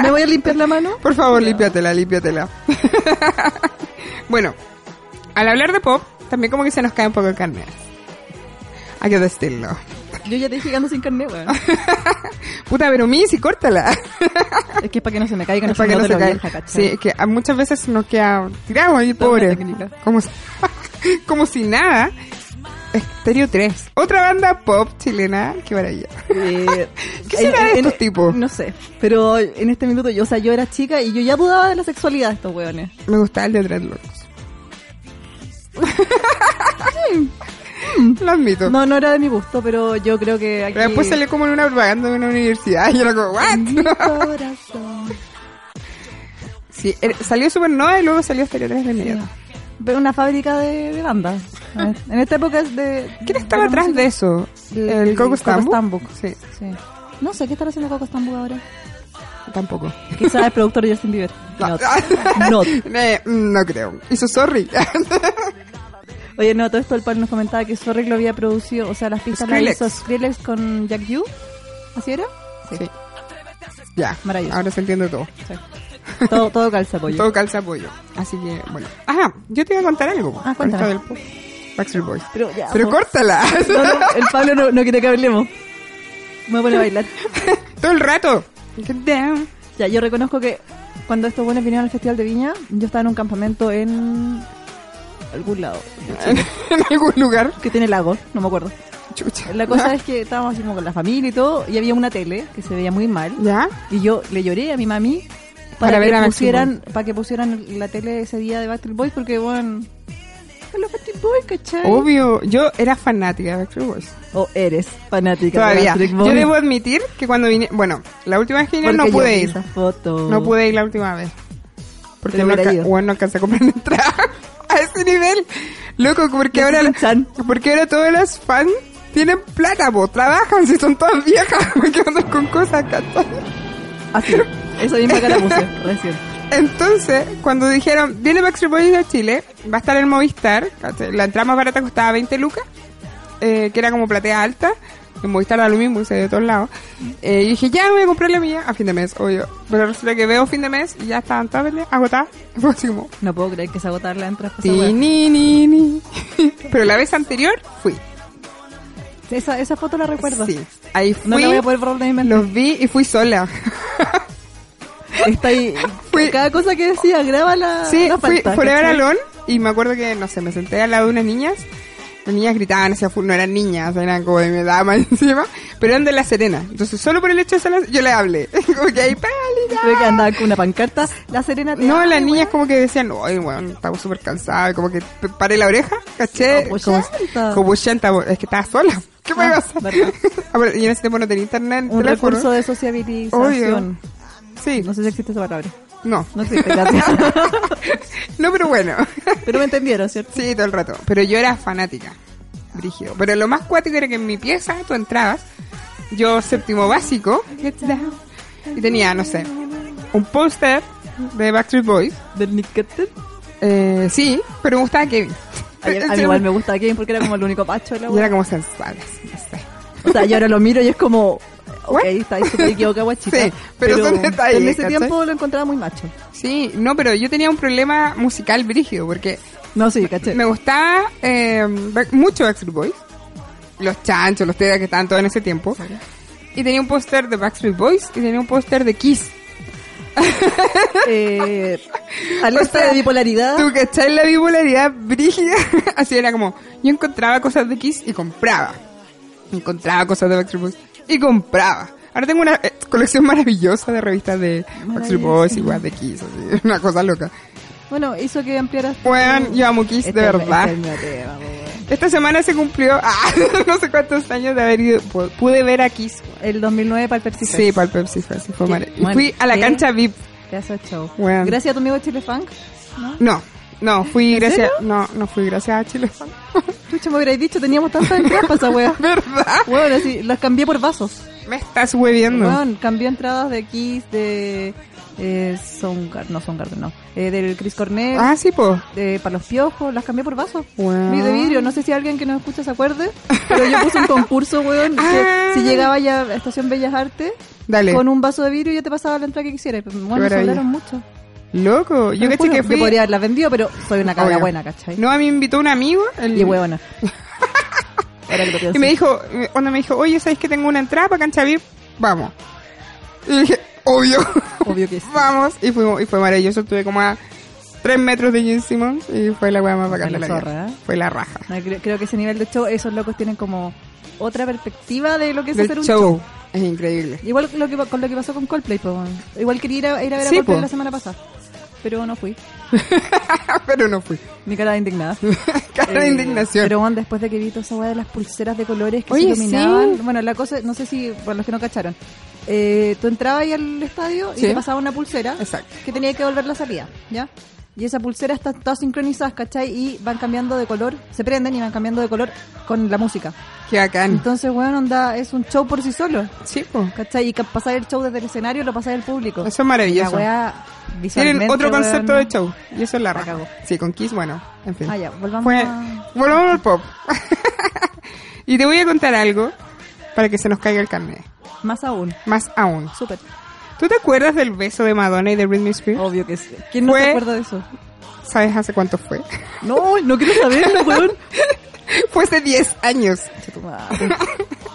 Speaker 2: ¿Me voy a limpiar la mano?
Speaker 3: Por favor, límpiatela, límpiatela. bueno, al hablar de pop, también como que se nos cae un poco de carne. Hay que decirlo.
Speaker 2: Yo ya te dije que ando sin carnet, weón.
Speaker 3: Puta, pero Missy, córtala.
Speaker 2: Es que es para que no se me caiga, no
Speaker 3: para
Speaker 2: se
Speaker 3: que
Speaker 2: me
Speaker 3: no
Speaker 2: note
Speaker 3: se
Speaker 2: lo
Speaker 3: caiga.
Speaker 2: vieja, ¿cachai?
Speaker 3: sí, es que a- muchas veces nos queda tirado ahí,
Speaker 2: Toda una
Speaker 3: pobre.
Speaker 2: técnica.
Speaker 3: Como, si- como si nada. Estéreo 3. Otra banda pop chilena. Qué maravilla.
Speaker 2: Eh,
Speaker 3: ¿Qué será de estos tipos?
Speaker 2: e- No sé, pero en este minuto yo, o sea, yo era chica y yo ya dudaba de la sexualidad de estos hueones.
Speaker 3: Me gustaba el de Dreadlocks. Lo admito.
Speaker 2: No, no era de mi gusto, pero yo creo que aquí...
Speaker 3: Pero después salió como en una propaganda de una universidad. Y yo era como,
Speaker 2: Mi
Speaker 3: ¿what?
Speaker 2: corazón.
Speaker 3: Sí, er- salió Supernova y luego salió Estéreo 3 de inmediato.
Speaker 2: Ve Una fábrica de, de bandas. En esta época es de...
Speaker 3: ¿Quién estaba atrás de eso?
Speaker 2: de-
Speaker 3: ¿El Coco
Speaker 2: Coco
Speaker 3: Stambuk?
Speaker 2: Stambuk.
Speaker 3: Sí,
Speaker 2: Sí. No sé, ¿qué estará haciendo Coco Stambuk ahora?
Speaker 3: tampoco.
Speaker 2: Quizás el productor de Justin Bieber.
Speaker 3: No,
Speaker 2: Not. Not.
Speaker 3: Eh, mm, no creo. Hizo Sorry.
Speaker 2: Oye, no, todo esto el pan nos comentaba que Sorry lo había producido, o sea, las pistas las
Speaker 3: Skrillex.
Speaker 2: hizo Skrillex con Jack Yu. ¿Así era?
Speaker 3: Sí. Ya,
Speaker 2: Maravilloso.
Speaker 3: ahora se entiende todo.
Speaker 2: Todo, todo calza pollo.
Speaker 3: Todo calza apoyo. Así que, bueno. Ajá, yo te iba a contar algo.
Speaker 2: Ah,
Speaker 3: con esto
Speaker 2: cuéntame.
Speaker 3: del pop. Backstreet Boys.
Speaker 2: Pero ya,
Speaker 3: Pero
Speaker 2: po.
Speaker 3: córtala.
Speaker 2: No, no, el Pablo no, no quiere que hablemos. Me voy a poner a bailar.
Speaker 3: todo el rato. Get down.
Speaker 2: Ya, yo reconozco que cuando estos buenos vinieron al Festival de Viña, yo estaba en un campamento en algún lado,
Speaker 3: en algún lugar.
Speaker 2: que tiene lago, no me acuerdo.
Speaker 3: Chucha.
Speaker 2: La cosa es que estábamos así como con la familia y todo, y había una tele que se veía muy mal,
Speaker 3: ¿Ya?
Speaker 2: y yo le lloré a mi mami
Speaker 3: Para
Speaker 2: para,
Speaker 3: ver a
Speaker 2: que,
Speaker 3: Backstreet
Speaker 2: pusieran, para que pusieran la tele ese día de Backstreet Boys, porque, bueno, es los Backstreet Boys, ¿cachai?
Speaker 3: Obvio, yo era fanática de Backstreet Boys.
Speaker 2: O eres fanática
Speaker 3: Todavía.
Speaker 2: de Backstreet
Speaker 3: Yo
Speaker 2: Boys.
Speaker 3: debo admitir que cuando vine, bueno, la última vez que vine
Speaker 2: Porque
Speaker 3: no
Speaker 2: yo
Speaker 3: pude
Speaker 2: vi
Speaker 3: ir.
Speaker 2: esa foto.
Speaker 3: No pude ir la última vez. Porque
Speaker 2: Pero
Speaker 3: no,
Speaker 2: hubiera
Speaker 3: alca-
Speaker 2: ido.
Speaker 3: bueno, no alcancé a comprar la entrada a ese nivel. Loco, porque
Speaker 2: Ya
Speaker 3: ahora,
Speaker 2: se planchan.
Speaker 3: porque ahora todas las fans tienen plata, po, trabajan, si son todas viejas, porque andan con cosas, ¿cachai?
Speaker 2: Así. Esa misma cara puse recién.
Speaker 3: Entonces, cuando dijeron, viene Backstreet Boys a Chile, va a estar en Movistar, ¿cachai? la entrada más barata costaba 20 lucas, eh, que era como platea alta, en Movistar da lo mismo, se de todos lados. Eh, y dije, ya me voy a comprar la mía a fin de mes, obvio. Pero resulta que veo fin de mes y ya estaban todas vendidas, agotadas. Fue así como,
Speaker 2: No puedo creer que se agotar la entrada.
Speaker 3: ti, ni, ni, ni. Pero la vez anterior fui.
Speaker 2: Esa, esa foto la recuerdo.
Speaker 3: Sí. Ahí fui,
Speaker 2: No la voy a poder borrar de mi mente.
Speaker 3: los vi y fui sola.
Speaker 2: Está ahí.
Speaker 3: Fui-
Speaker 2: Cada cosa que decía, graba la.
Speaker 3: Sí,
Speaker 2: la
Speaker 3: fui
Speaker 2: falta,
Speaker 3: Forever
Speaker 2: ¿cachai?
Speaker 3: Alone y me acuerdo que, no sé, me senté al lado de unas niñas. Las niñas gritaban, o sea, fu- no eran niñas, eran como de mi edad más encima, pero eran de La Serena. Entonces, solo por el hecho de ser la- yo le hablé. Como que ahí, pálida.
Speaker 2: Creo que andaba con una pancarta. La Serena. te
Speaker 3: No,
Speaker 2: ama,
Speaker 3: las
Speaker 2: y
Speaker 3: niñas
Speaker 2: weá.
Speaker 3: como que decían, ay, bueno, estamos súper cansadas, como que p- paré la oreja, caché.
Speaker 2: Como 80.
Speaker 3: Como 80, bo- es que estaba sola. ¿Qué me
Speaker 2: Ah,
Speaker 3: pasa?
Speaker 2: verdad.
Speaker 3: y en ese tiempo no tenía internet,
Speaker 2: Un
Speaker 3: teléfono.
Speaker 2: recurso de sociabilización.
Speaker 3: Sí,
Speaker 2: No sé si existe esa palabra.
Speaker 3: no.
Speaker 2: No existe, gracias.
Speaker 3: No, pero bueno.
Speaker 2: Pero me entendieron, ¿cierto?
Speaker 3: Sí, todo el rato. Pero yo era fanática. Brígido. Pero lo más cuático era que en mi pieza tú entrabas, yo séptimo básico, y tenía, no sé, un póster de Backstreet Boys.
Speaker 2: Del Nicketel.
Speaker 3: Eh, sí, pero me gustaba Kevin.
Speaker 2: A mí a mí igual me gusta Kevin porque era como el único pacho de la
Speaker 3: Y
Speaker 2: weá.
Speaker 3: era como sensual, así, no sé.
Speaker 2: O sea, yo ahora lo miro y es como. Ok,
Speaker 3: What?
Speaker 2: está ahí súper equivocado, guachita.
Speaker 3: Sí, pero son detalles,
Speaker 2: En ese
Speaker 3: ¿cachai?
Speaker 2: tiempo lo encontraba muy macho.
Speaker 3: Sí, no, pero yo tenía un problema musical brígido, porque
Speaker 2: No, sí, caché.
Speaker 3: me gustaba eh, Back- mucho Backstreet Boys. Los chanchos, los tedas que estaban todos en ese tiempo. Y tenía un póster de Backstreet Boys y tenía un póster de Kiss.
Speaker 2: Eh,
Speaker 3: O
Speaker 2: alerta
Speaker 3: sea,
Speaker 2: de bipolaridad.
Speaker 3: Tú cachai la bipolaridad brígida. Así era como, yo encontraba cosas de Kiss y compraba. Encontraba cosas de Backstreet Boys y compraba. Ahora tengo una eh, colección maravillosa de revistas de Backstreet Boys y weas de Kiss, así, una cosa loca.
Speaker 2: Bueno, hizo que ampliaras.
Speaker 3: Bueno, yo amo Kiss, de verdad.
Speaker 2: Este es mi tema, weón.
Speaker 3: Esta semana se cumplió, ah, no sé cuántos años de haber ido, pu- pude ver a Kiss.
Speaker 2: el 2009 para el Pepsi
Speaker 3: Sí,
Speaker 2: Fest.
Speaker 3: para el Pepsi Fest, sí, fue
Speaker 2: Qué
Speaker 3: marav- Y
Speaker 2: bueno,
Speaker 3: fui a la
Speaker 2: qué-
Speaker 3: cancha VIP.
Speaker 2: Te hace show.
Speaker 3: Bueno.
Speaker 2: Gracias a tu amigo Chile Funk.
Speaker 3: No, no, fui
Speaker 2: ¿En
Speaker 3: gracias,
Speaker 2: serio?
Speaker 3: no, no fui gracias a Chile.
Speaker 2: Chucha, me hubierais dicho, teníamos tantas entradas para esa wea.
Speaker 3: ¿Verdad?
Speaker 2: Bueno, así, las cambié por vasos.
Speaker 3: Me estás hueviendo.
Speaker 2: Weón, cambió entradas de Kiss, de eh, Soundgarden, no Soundgarden, no, eh, del Chris Cornell,
Speaker 3: Ah, sí, po.
Speaker 2: de, para los piojos, las cambié por vasos.
Speaker 3: Weón.
Speaker 2: Vi De vidrio, no sé si alguien que nos escucha se acuerde, pero yo puse un concurso, weón,
Speaker 3: Ah.
Speaker 2: que si llegaba ya a Estación Bellas Artes,
Speaker 3: Dale.
Speaker 2: con un vaso de vidrio ya te pasaba la entrada que quisieras. Pero, Bueno, se
Speaker 3: maravilla.
Speaker 2: hablaron mucho.
Speaker 3: Loco, yo
Speaker 2: Te
Speaker 3: caché
Speaker 2: juro,
Speaker 3: que fui.
Speaker 2: Yo podría haberlas vendido, pero soy una cabra
Speaker 3: Obvio.
Speaker 2: buena, ¿cachai?
Speaker 3: No, a mí me invitó un amigo. el-
Speaker 2: Y huevona. Ahora que lo
Speaker 3: Y
Speaker 2: pienso.
Speaker 3: me dijo, cuando me dijo, oye, ¿sabes que tengo una entrada para Cancha VIP? Vamos. Y dije, obvio,
Speaker 2: Obvio que sí.
Speaker 3: vamos. Y, fuimos, y fue maravilloso. Estuve como a tres metros de Jim Simmons y fue la weá más bacán de
Speaker 2: la
Speaker 3: la vida.
Speaker 2: zorra, ¿eh?
Speaker 3: Fue la raja.
Speaker 2: No, creo, creo que ese nivel de show, esos locos tienen como otra perspectiva de lo que es
Speaker 3: Del
Speaker 2: hacer un
Speaker 3: show.
Speaker 2: show.
Speaker 3: Es increíble.
Speaker 2: Igual lo que, con lo que pasó con Coldplay, po, weón. igual quería ir a, ir a ver
Speaker 3: Sí,
Speaker 2: a Coldplay
Speaker 3: po.
Speaker 2: la semana pasada, pero no fui.
Speaker 3: Pero no fui.
Speaker 2: Mi cara de indignada.
Speaker 3: Cara de
Speaker 2: Eh,
Speaker 3: indignación.
Speaker 2: Pero bueno, después de que vi toda esa weá de las pulseras de colores que
Speaker 3: Oye,
Speaker 2: se iluminaban.
Speaker 3: sí.
Speaker 2: Bueno, la cosa, no sé si, para los que no cacharon, eh, tú entrabas ahí al estadio y
Speaker 3: Sí.
Speaker 2: te pasaba una pulsera
Speaker 3: Exacto.
Speaker 2: que tenía que volver la salida, ¿ya? Y esa pulsera está todas sincronizadas, ¿cachai? Y van cambiando de color, se prenden y van cambiando de color con la música.
Speaker 3: Qué bacán.
Speaker 2: Entonces, bueno, onda, es un show por sí solo,
Speaker 3: Sí, po.
Speaker 2: ¿cachai? Y ca- pasar el show desde el escenario lo pasar el público.
Speaker 3: Eso es maravilloso.
Speaker 2: La weá visualmente,
Speaker 3: Tienen otro
Speaker 2: weón.
Speaker 3: concepto de show. Y eso es la
Speaker 2: La
Speaker 3: raja.
Speaker 2: cagó.
Speaker 3: Sí, con Kiss, bueno. En fin.
Speaker 2: Ah, ya, volvamos
Speaker 3: Fue-
Speaker 2: a...
Speaker 3: volvamos al pop. y te voy a contar algo para que se nos caiga el carnet.
Speaker 2: Más aún,
Speaker 3: Más aún.
Speaker 2: súper.
Speaker 3: ¿Tú te acuerdas del beso de Madonna y de Britney Spears?
Speaker 2: Obvio que sí. ¿Quién no
Speaker 3: Fue-
Speaker 2: se acuerda de eso?
Speaker 3: ¿Sabes hace cuánto fue?
Speaker 2: No, no quiero saberlo, weón.
Speaker 3: fue hace 10 años.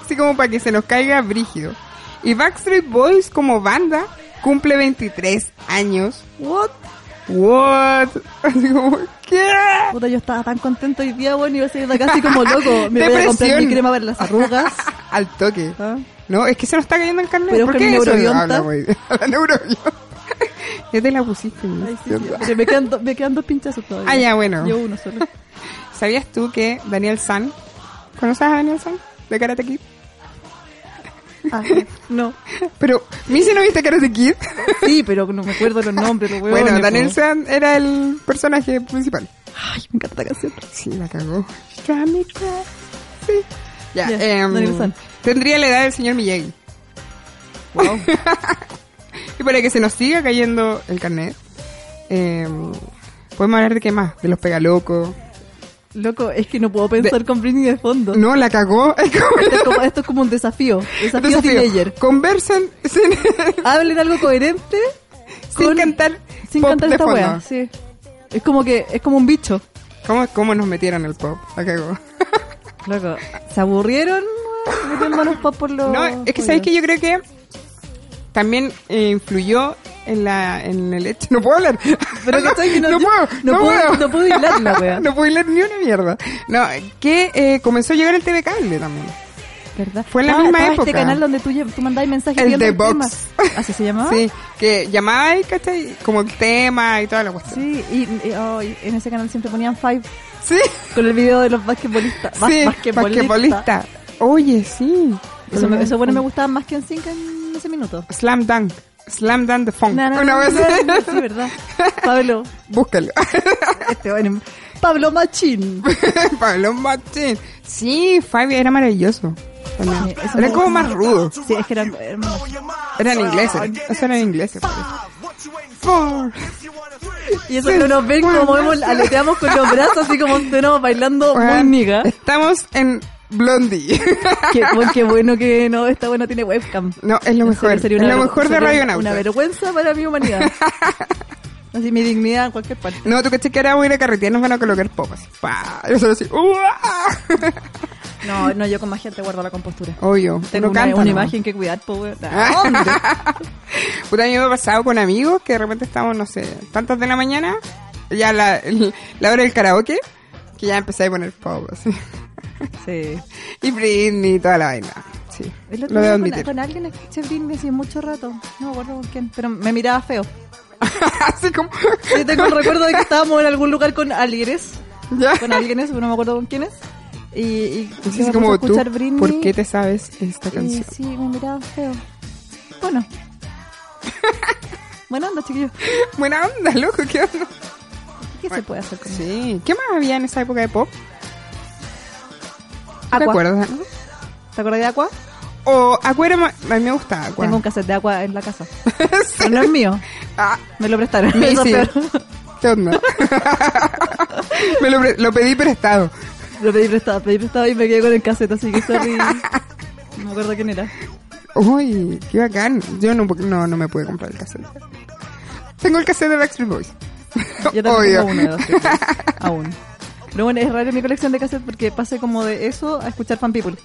Speaker 3: Así como para que se nos caiga brígido. Y Backstreet Boys como banda cumple 23 años.
Speaker 2: What?
Speaker 3: What? Así como, ¿qué?
Speaker 2: Puta, yo estaba tan contento hoy día, weón, iba a salir de acá así como loco. Me voy a comprar
Speaker 3: Depresión.
Speaker 2: mi crema para las arrugas.
Speaker 3: Al toque.
Speaker 2: ¿Ah?
Speaker 3: No, es que se nos está cayendo el carnet.
Speaker 2: Pero
Speaker 3: ¿Por
Speaker 2: es que
Speaker 3: qué
Speaker 2: mi
Speaker 3: eso? Ah,
Speaker 2: neurobionta-
Speaker 3: Habla, güey. La neurobionta. ya te la pusiste. ¿no?
Speaker 2: Ay, sí, sí. Pero me quedan, do- me quedan dos pinchazos todavía.
Speaker 3: Ah, ya, bueno.
Speaker 2: Yo uno solo.
Speaker 3: ¿Sabías tú que Daniel San... ¿Conoces a Daniel San? De Karate Kid.
Speaker 2: Ah, no.
Speaker 3: Pero, ¿Missy no viste Karate Kid?
Speaker 2: Sí, pero no me acuerdo los nombres, los
Speaker 3: Bueno,
Speaker 2: weones.
Speaker 3: Daniel
Speaker 2: po.
Speaker 3: San era el personaje principal.
Speaker 2: Ay, me encanta la canción.
Speaker 3: Sí, la cagó. Drive me crazy. Ya,
Speaker 2: Ya,
Speaker 3: em,
Speaker 2: Daniel San.
Speaker 3: Tendría la edad del señor Miyagi.
Speaker 2: Wow.
Speaker 3: Y para que se nos siga cayendo el carnet, eh, podemos hablar de qué más, de los pegalocos.
Speaker 2: Loco, es que no puedo pensar con Britney de fondo.
Speaker 3: No, la cagó.
Speaker 2: Esto, es como, esto es como un desafío. Desafío,
Speaker 3: Desafío.
Speaker 2: teenager.
Speaker 3: Conversan sin,
Speaker 2: Hablen algo coherente
Speaker 3: sin
Speaker 2: con-
Speaker 3: cantar.
Speaker 2: sin
Speaker 3: pop
Speaker 2: cantar
Speaker 3: de
Speaker 2: esta
Speaker 3: fondo.
Speaker 2: wea. Sí. Es como que es como un bicho.
Speaker 3: ¿Cómo, ¿Cómo nos metieron el pop? La cagó.
Speaker 2: Loco, se aburrieron meten manos pop por los.
Speaker 3: No, es que sabéis que yo creo que también eh, influyó en la en el hecho. No puedo hablar.
Speaker 2: Pero
Speaker 3: no,
Speaker 2: ¿cachai? Que no-
Speaker 3: no puedo,
Speaker 2: no
Speaker 3: no,
Speaker 2: puedo-
Speaker 3: puedo.
Speaker 2: no puedo hilar la wea.
Speaker 3: no puedo hilar ni una mierda. No, que eh, comenzó a llegar el TV Cable también.
Speaker 2: ¿Verdad?
Speaker 3: Fue en la
Speaker 2: Ah,
Speaker 3: misma
Speaker 2: estaba
Speaker 3: época.
Speaker 2: este canal donde tú, lle- tú mandabas mensajes
Speaker 3: El
Speaker 2: pidiendo
Speaker 3: The
Speaker 2: temas.
Speaker 3: Box.
Speaker 2: ¿Así se llamaba?
Speaker 3: Sí, que llamaba y, ¿cachai? Como el tema y toda la cuestión.
Speaker 2: Sí, y, y- oh, y en ese canal siempre ponían Five
Speaker 3: Sí,
Speaker 2: con el video de los basquetbolistas. Bas-
Speaker 3: sí,
Speaker 2: basquetbolista.
Speaker 3: basquetbolista. Oye, sí.
Speaker 2: Eso, me- eso bueno me gustaba más que en Sync en ese minuto.
Speaker 3: Slam Dunk. Slam Dunk the Funk.
Speaker 2: Na, na,
Speaker 3: una
Speaker 2: na,
Speaker 3: vez.
Speaker 2: na, na, Sí, verdad. Pablo,
Speaker 3: Búscalo.
Speaker 2: este bueno, Pablo Machín.
Speaker 3: Pablo Martín. Sí, Fabi era maravilloso. También.
Speaker 2: Sí, eso
Speaker 3: Era
Speaker 2: me-
Speaker 3: como más rudo.
Speaker 2: Sí, es que eran, eran más-
Speaker 3: Eran ingleses. Eso era en inglés. Four.
Speaker 2: Y eso que nos ven como vemos, aleteamos con los brazos así como tenemos bailando muy
Speaker 3: Weón,
Speaker 2: niga.
Speaker 3: Estamos en Blondie.
Speaker 2: Qué, bueno, qué bueno que no, esta buena tiene webcam.
Speaker 3: No, es lo
Speaker 2: En
Speaker 3: mejor.
Speaker 2: serio, sería
Speaker 3: es
Speaker 2: una
Speaker 3: lo
Speaker 2: ver-
Speaker 3: mejor de
Speaker 2: sería
Speaker 3: Radio
Speaker 2: Una
Speaker 3: Nauta.
Speaker 2: vergüenza para mi humanidad. Así mi dignidad en cualquier parte.
Speaker 3: No, tú caché que ahora voy a ir a carretera y nos van a colocar popas. Pa. Yo solo así. ¡uah!
Speaker 2: No, no, yo con más gente guardo la compostura.
Speaker 3: Obvio.
Speaker 2: Tengo
Speaker 3: uno
Speaker 2: una,
Speaker 3: canta,
Speaker 2: una
Speaker 3: ¿no?
Speaker 2: imagen que cuidar, po, weón. Ah, hombre.
Speaker 3: Puta, a mí me ha pasado con amigos que de repente estamos, no sé, tantas de la mañana, ya la, el- la hora del karaoke, que ya empecé a poner pop, así.
Speaker 2: Sí.
Speaker 3: Y Britney y toda la vaina. Sí,
Speaker 2: El otro
Speaker 3: lo debo
Speaker 2: día
Speaker 3: admitir.
Speaker 2: con, con alguien escuché Britney hace mucho rato. No me acuerdo con quién, pero me miraba feo.
Speaker 3: así como...
Speaker 2: Yo tengo el recuerdo de que estábamos en algún lugar con alguienes.
Speaker 3: ya.
Speaker 2: Con alguienes, pero no me acuerdo con quiénes. Y, y,
Speaker 3: Y
Speaker 2: yo
Speaker 3: así
Speaker 2: me
Speaker 3: como
Speaker 2: puse a
Speaker 3: tú,
Speaker 2: escuchar Britney.
Speaker 3: ¿por qué te sabes esta
Speaker 2: Y
Speaker 3: canción?
Speaker 2: sí, me miraba feo. Bueno. Bueno, anda, chiquillos. ¿Qué
Speaker 3: Buena onda, loco, qué onda.
Speaker 2: se puede hacer con eso?
Speaker 3: Sí. ¿Qué más había en esa época de pop? ¿Tú ¿Te
Speaker 2: Aqua.
Speaker 3: acuerdas?
Speaker 2: ¿Te acuerdas de Aqua?
Speaker 3: O Aqua era... ma- A mí me gustaba Aqua.
Speaker 2: Tengo un cassette de Aqua en la casa.
Speaker 3: Sí.
Speaker 2: Pero no es mío.
Speaker 3: Ah,
Speaker 2: Me lo prestaron.
Speaker 3: Sí,
Speaker 2: Eso
Speaker 3: sí.
Speaker 2: peor.
Speaker 3: ¿Qué onda? me lo, pre- lo pedí prestado.
Speaker 2: Lo pedí prestado, pedí prestado y me quedé con el cassette, así que sorry. No me acuerdo quién era.
Speaker 3: Uy, qué bacán. Yo no, no, no me pude comprar el cassette. Tengo el cassette de Backstreet Boys.
Speaker 2: Yo también tengo uno de dos. creo que es. Aún. Pero bueno, es raro mi colección de cassettes porque pasé como de eso a escuchar Fan People.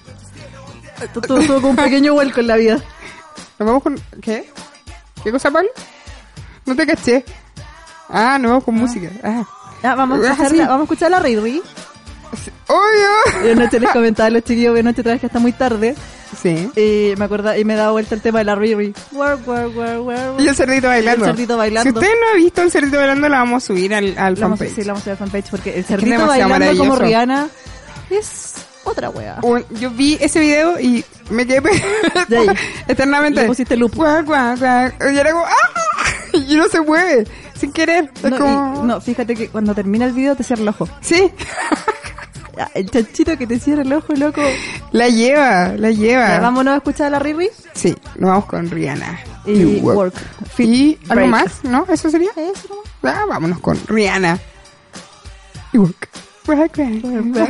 Speaker 2: Tu- tu- Tuve como un pequeño vuelco en la vida.
Speaker 3: Nos vamos con... ¿Qué? ¿Qué cosa, Pablo? No te caché. Ah, nos vamos con música. Ah.
Speaker 2: Ah, vamos, a
Speaker 3: Ah,
Speaker 2: escuchar
Speaker 3: sí.
Speaker 2: la, vamos a escuchar la Ray Ray.
Speaker 3: ¡Obvio!
Speaker 2: Yo anoche les comentaba a los chiquillos que anoche trabajé hasta muy tarde.
Speaker 3: Sí.
Speaker 2: Y me acordaba, y me daba vuelta el tema de la Riri. Guar, guar, guar, guar, guar.
Speaker 3: Y el cerdito bailando.
Speaker 2: Y el cerdito bailando.
Speaker 3: Si usted no ha visto el cerdito bailando, la vamos a subir al, al
Speaker 2: La vamos, a-
Speaker 3: fanpage.
Speaker 2: sí, la vamos a ver fanpage porque el
Speaker 3: es
Speaker 2: cerdito
Speaker 3: demasiado
Speaker 2: bailando como
Speaker 3: maravilloso. Uh,
Speaker 2: Rihanna es otra wea.
Speaker 3: Un- yo vi ese video y me quedé pe-
Speaker 2: De ahí.
Speaker 3: eternamente.
Speaker 2: Le pusiste loop.
Speaker 3: Guau, guau, guau. Y era como... ¡Ah! Y no se mueve. Sin querer. Es
Speaker 2: No, y-
Speaker 3: como...
Speaker 2: no, fíjate que cuando termina el video te cierra el ojo.
Speaker 3: Sí.
Speaker 2: Ah, El chanchito que te cierra el ojo, loco.
Speaker 3: La lleva, la lleva.
Speaker 2: Ya, vámonos a escuchar a la Riri.
Speaker 3: Sí, nos vamos con Rihanna.
Speaker 2: Y Work.
Speaker 3: Y algo
Speaker 2: Break.
Speaker 3: más, ¿no? ¿Eso sería?
Speaker 2: Eso nomás.
Speaker 3: Ah, vámonos con Rihanna. Y Work. Work, Rihanna.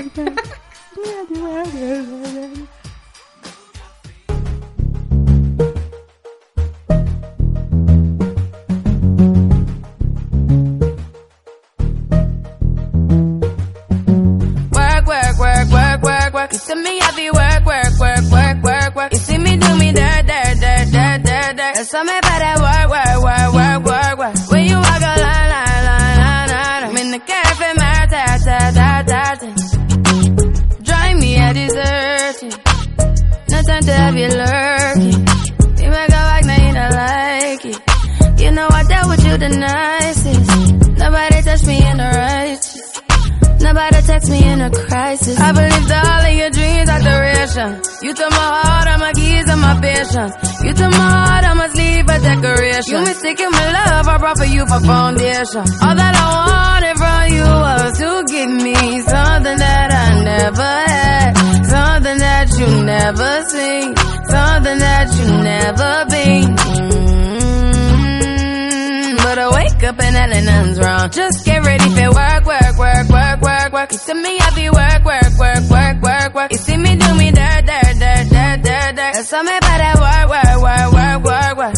Speaker 6: Work, work, work, work, work, work. You see me heavy work, work, work, work, work, work. You see me do me dirt, dirt, dirt, dirt, dirt, dirt. And tell me about that work, work, work, work, work, work. When you walk a line, line, line, line, line. I'm in the cafe, my ta, ta, ta, ta, ta. Drive me a dessert. No time to have you lurking. You make a like, now you don't like it. You know I dealt with you the nicest. Nobody touched me in the righteous. Nobody text me in a crisis. I believed all of your dreams are duration. You took my heart, all my keys, and my patience. You took my heart, I must leave a decoration. You mistaken my love, I brought for you for foundation. All that I wanted from you was to give me something that I never had, something that you never seen, something that you never been. Mm. telling nothing's wrong. Just get ready for work, work, work, work, work, work. You see me heavy work, work, work, work, work, work. You see me do me dirt, dirt, dirt, dirt, dirt, dirt. There's something about that work, work, work, work, work, work.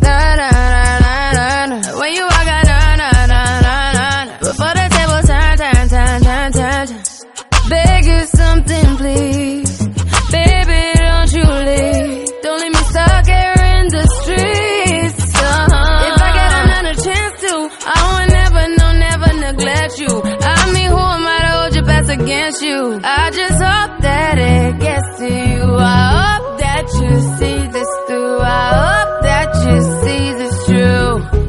Speaker 6: Na na na na na na. When you walk out, na na na na na na. Before the table turn, turn, turn, turn, turn, turn. Beg you something, please. Baby, don't you leave. Don't leave me stuck here in the streets. Uh-huh. If I get another chance to, I will never, no, never neglect you. I mean, who am I to hold your best against you? I just hope that it gets to you. I hope that you see this through. I hope that you see this true.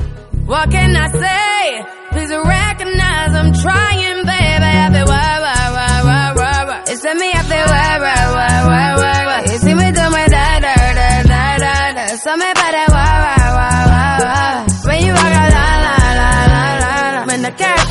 Speaker 6: What can I say? Please recognize I'm trying, baby. I've been why, why, why, why, why, why. It's in me, I've been why, why, why, why, why, why. You see me do my da, da, da, da, da, da. Tell me about that why, why, why, why, why. When you walk out, la, la, la, la, la, la. When the cat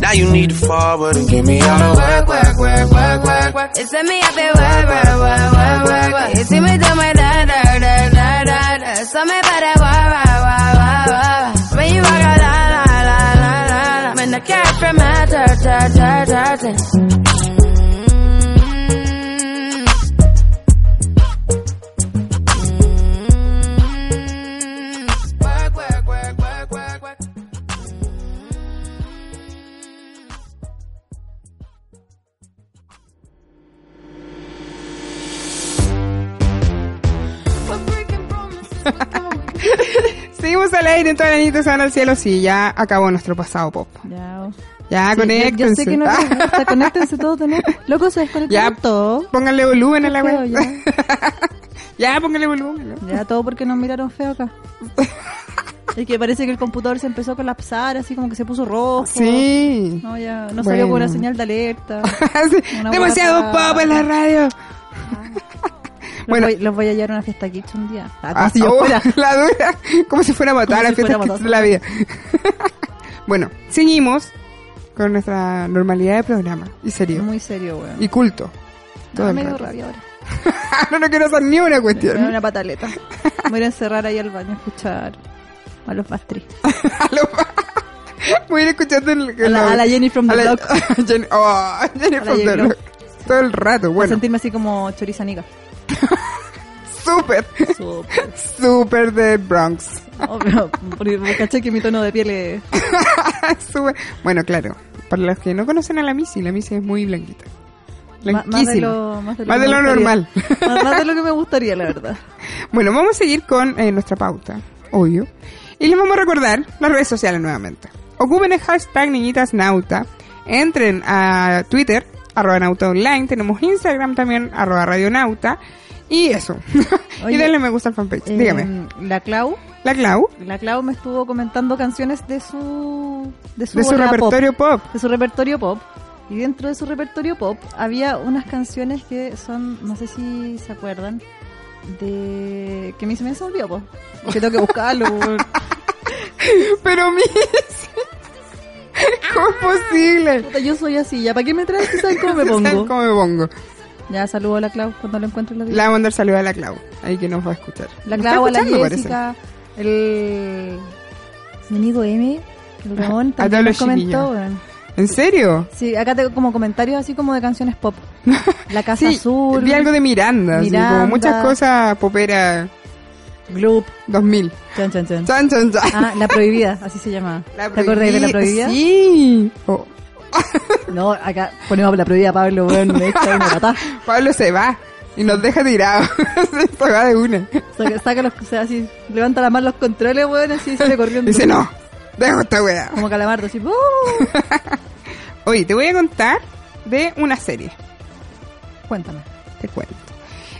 Speaker 7: Now you need to forward and give me all the
Speaker 6: work, work, work, work, work, work. It's in me, I've been work, work, work, work, work, work. You see me do my da, da, da, da, da, da. Tell me about that wah, wah, wah, wah, wah. When you walk out, la, la, la, la, la, la. When the cat from my ta, ta, ta, ta, ta. Work, work, work, work, work, work.
Speaker 3: Seguimos al aire, entonces Anita se van al cielo. Sí, ya acabó nuestro pasado pop.
Speaker 2: Ya.
Speaker 3: Ya,
Speaker 2: Sí, ya-
Speaker 3: Ah, conéctense.
Speaker 2: ya sé que no les gusta, conéctense todos de nuevo. Loco, se
Speaker 3: Ya,
Speaker 2: desconectaron todo.
Speaker 3: pónganle volumen a la
Speaker 2: Creo
Speaker 3: web.
Speaker 2: ya.
Speaker 3: ya, pónganle volumen.
Speaker 2: Ya todo porque nos miraron feo acá. Es que parece que el computador se empezó a colapsar, así como que se puso rojo.
Speaker 3: Sí.
Speaker 2: No, ya no salió
Speaker 3: Bueno.
Speaker 2: con una señal de alerta.
Speaker 3: Sí,
Speaker 2: Una
Speaker 3: Demasiado
Speaker 2: guata.
Speaker 3: pop en la radio.
Speaker 2: Los,
Speaker 3: Bueno.
Speaker 2: voy, los voy a llevar a una fiesta kitsch un día. Ah, como
Speaker 3: Así,
Speaker 2: si yo
Speaker 3: oh,
Speaker 2: fuera.
Speaker 3: la dura. Como si fuera a matar
Speaker 2: Como
Speaker 3: a
Speaker 2: si fuera
Speaker 3: fiestas
Speaker 2: a matar.
Speaker 3: de la vida. bueno, seguimos con nuestra normalidad de programa. Y serio.
Speaker 2: Muy Ah, serio, weón.
Speaker 3: oh. Y culto. Todo
Speaker 2: No,
Speaker 3: el
Speaker 2: me dio
Speaker 3: rato.
Speaker 2: rabia ahora.
Speaker 3: no, no quiero hacer ni una
Speaker 2: Me da
Speaker 3: cuestión.
Speaker 2: una pataleta. Me voy a encerrar ahí al baño a escuchar a los Bastri.
Speaker 3: A lo- Voy a ir escuchando el,
Speaker 2: A la-
Speaker 3: el-
Speaker 2: a la Jenny from the
Speaker 3: a la-
Speaker 2: block.
Speaker 3: Jenny- oh, Jenny
Speaker 2: A la
Speaker 3: from
Speaker 2: Jenny
Speaker 3: the
Speaker 2: Block.
Speaker 3: block. Todo el rato,
Speaker 2: Para
Speaker 3: bueno.
Speaker 2: sentirme así como chorizanica.
Speaker 3: Súper,
Speaker 2: Súper.
Speaker 3: súper de Bronx.
Speaker 2: Obvio, porque caché que mi tono de piel es...
Speaker 3: Súper- Bueno, claro, para los que no conocen a la Missy, la Missy es muy blanquita.
Speaker 2: Ma- Más de
Speaker 3: Blanquísima.
Speaker 2: lo, más de lo,
Speaker 3: Más de
Speaker 2: que me
Speaker 3: lo
Speaker 2: gustaría.
Speaker 3: normal.
Speaker 2: Más, más de lo que me gustaría, la verdad.
Speaker 3: Bueno, vamos a seguir con eh, nuestra pauta, obvio. Y les vamos a recordar las redes sociales nuevamente. Ocupen el hashtag niñitasnauta. Entren a Twitter, arroba nauta online. Tenemos Instagram también, arroba radionauta. Y eso. y
Speaker 2: Oye,
Speaker 3: denle me gusta al fanpage. Dígame.
Speaker 2: Eh, la Clau,
Speaker 3: La Clau,
Speaker 2: la Clau me estuvo comentando canciones de su... De su,
Speaker 3: de su
Speaker 2: volada pop.
Speaker 3: repertorio pop.
Speaker 2: de su repertorio pop. Y dentro de su repertorio pop había unas canciones que son, no sé si se acuerdan, de que a mí se me olvidó, po. que tengo que buscarlo. po.
Speaker 3: Pero Missy, ¿cómo es posible?
Speaker 2: Puta, yo soy así, ya para qué me traes si saben cómo me
Speaker 3: ¿Saben
Speaker 2: pongo.
Speaker 3: cómo me pongo?
Speaker 2: Ya saludo a la Clau cuando lo encuentro la
Speaker 3: Le voy a mandar saludo a la Clau, ahí que nos va a escuchar.
Speaker 2: La
Speaker 3: Nos está
Speaker 2: Clau, a la
Speaker 3: escuchando, parece.
Speaker 2: Jessica, el Meñigo M, el Ramón
Speaker 3: Ah, te hablo
Speaker 2: también nos
Speaker 3: chiquillo.
Speaker 2: comentó. weón.
Speaker 3: ¿En serio?
Speaker 2: Sí, acá tengo como comentarios así como de canciones pop. La Casa
Speaker 3: sí,
Speaker 2: Azul,
Speaker 3: Vi algo de Miranda, así,
Speaker 2: Miranda.
Speaker 3: como muchas cosas popera
Speaker 2: Gloop,
Speaker 3: 2000.
Speaker 2: chan, chan, chan.
Speaker 3: Chan, chan, chan.
Speaker 2: Ah, La Prohibida, así se llama.
Speaker 3: La
Speaker 2: ¿Te acordás de La Prohibida?
Speaker 3: Sí. Oh,
Speaker 2: No, acá ponemos La Prohibida, Pablo, bueno, me echa una patada.
Speaker 3: Pablo se va. Y nos deja tirados. Esto va de una.
Speaker 2: Saca, saca los, o sea, así, levanta la mano los controles, weón, así sale corriendo.
Speaker 3: Dice, no, dejo esta weá.
Speaker 2: Como calamardo, así, "Uh". ¡bu!
Speaker 3: Oye, te voy a contar de una serie.
Speaker 2: Cuéntame.
Speaker 3: Te cuento.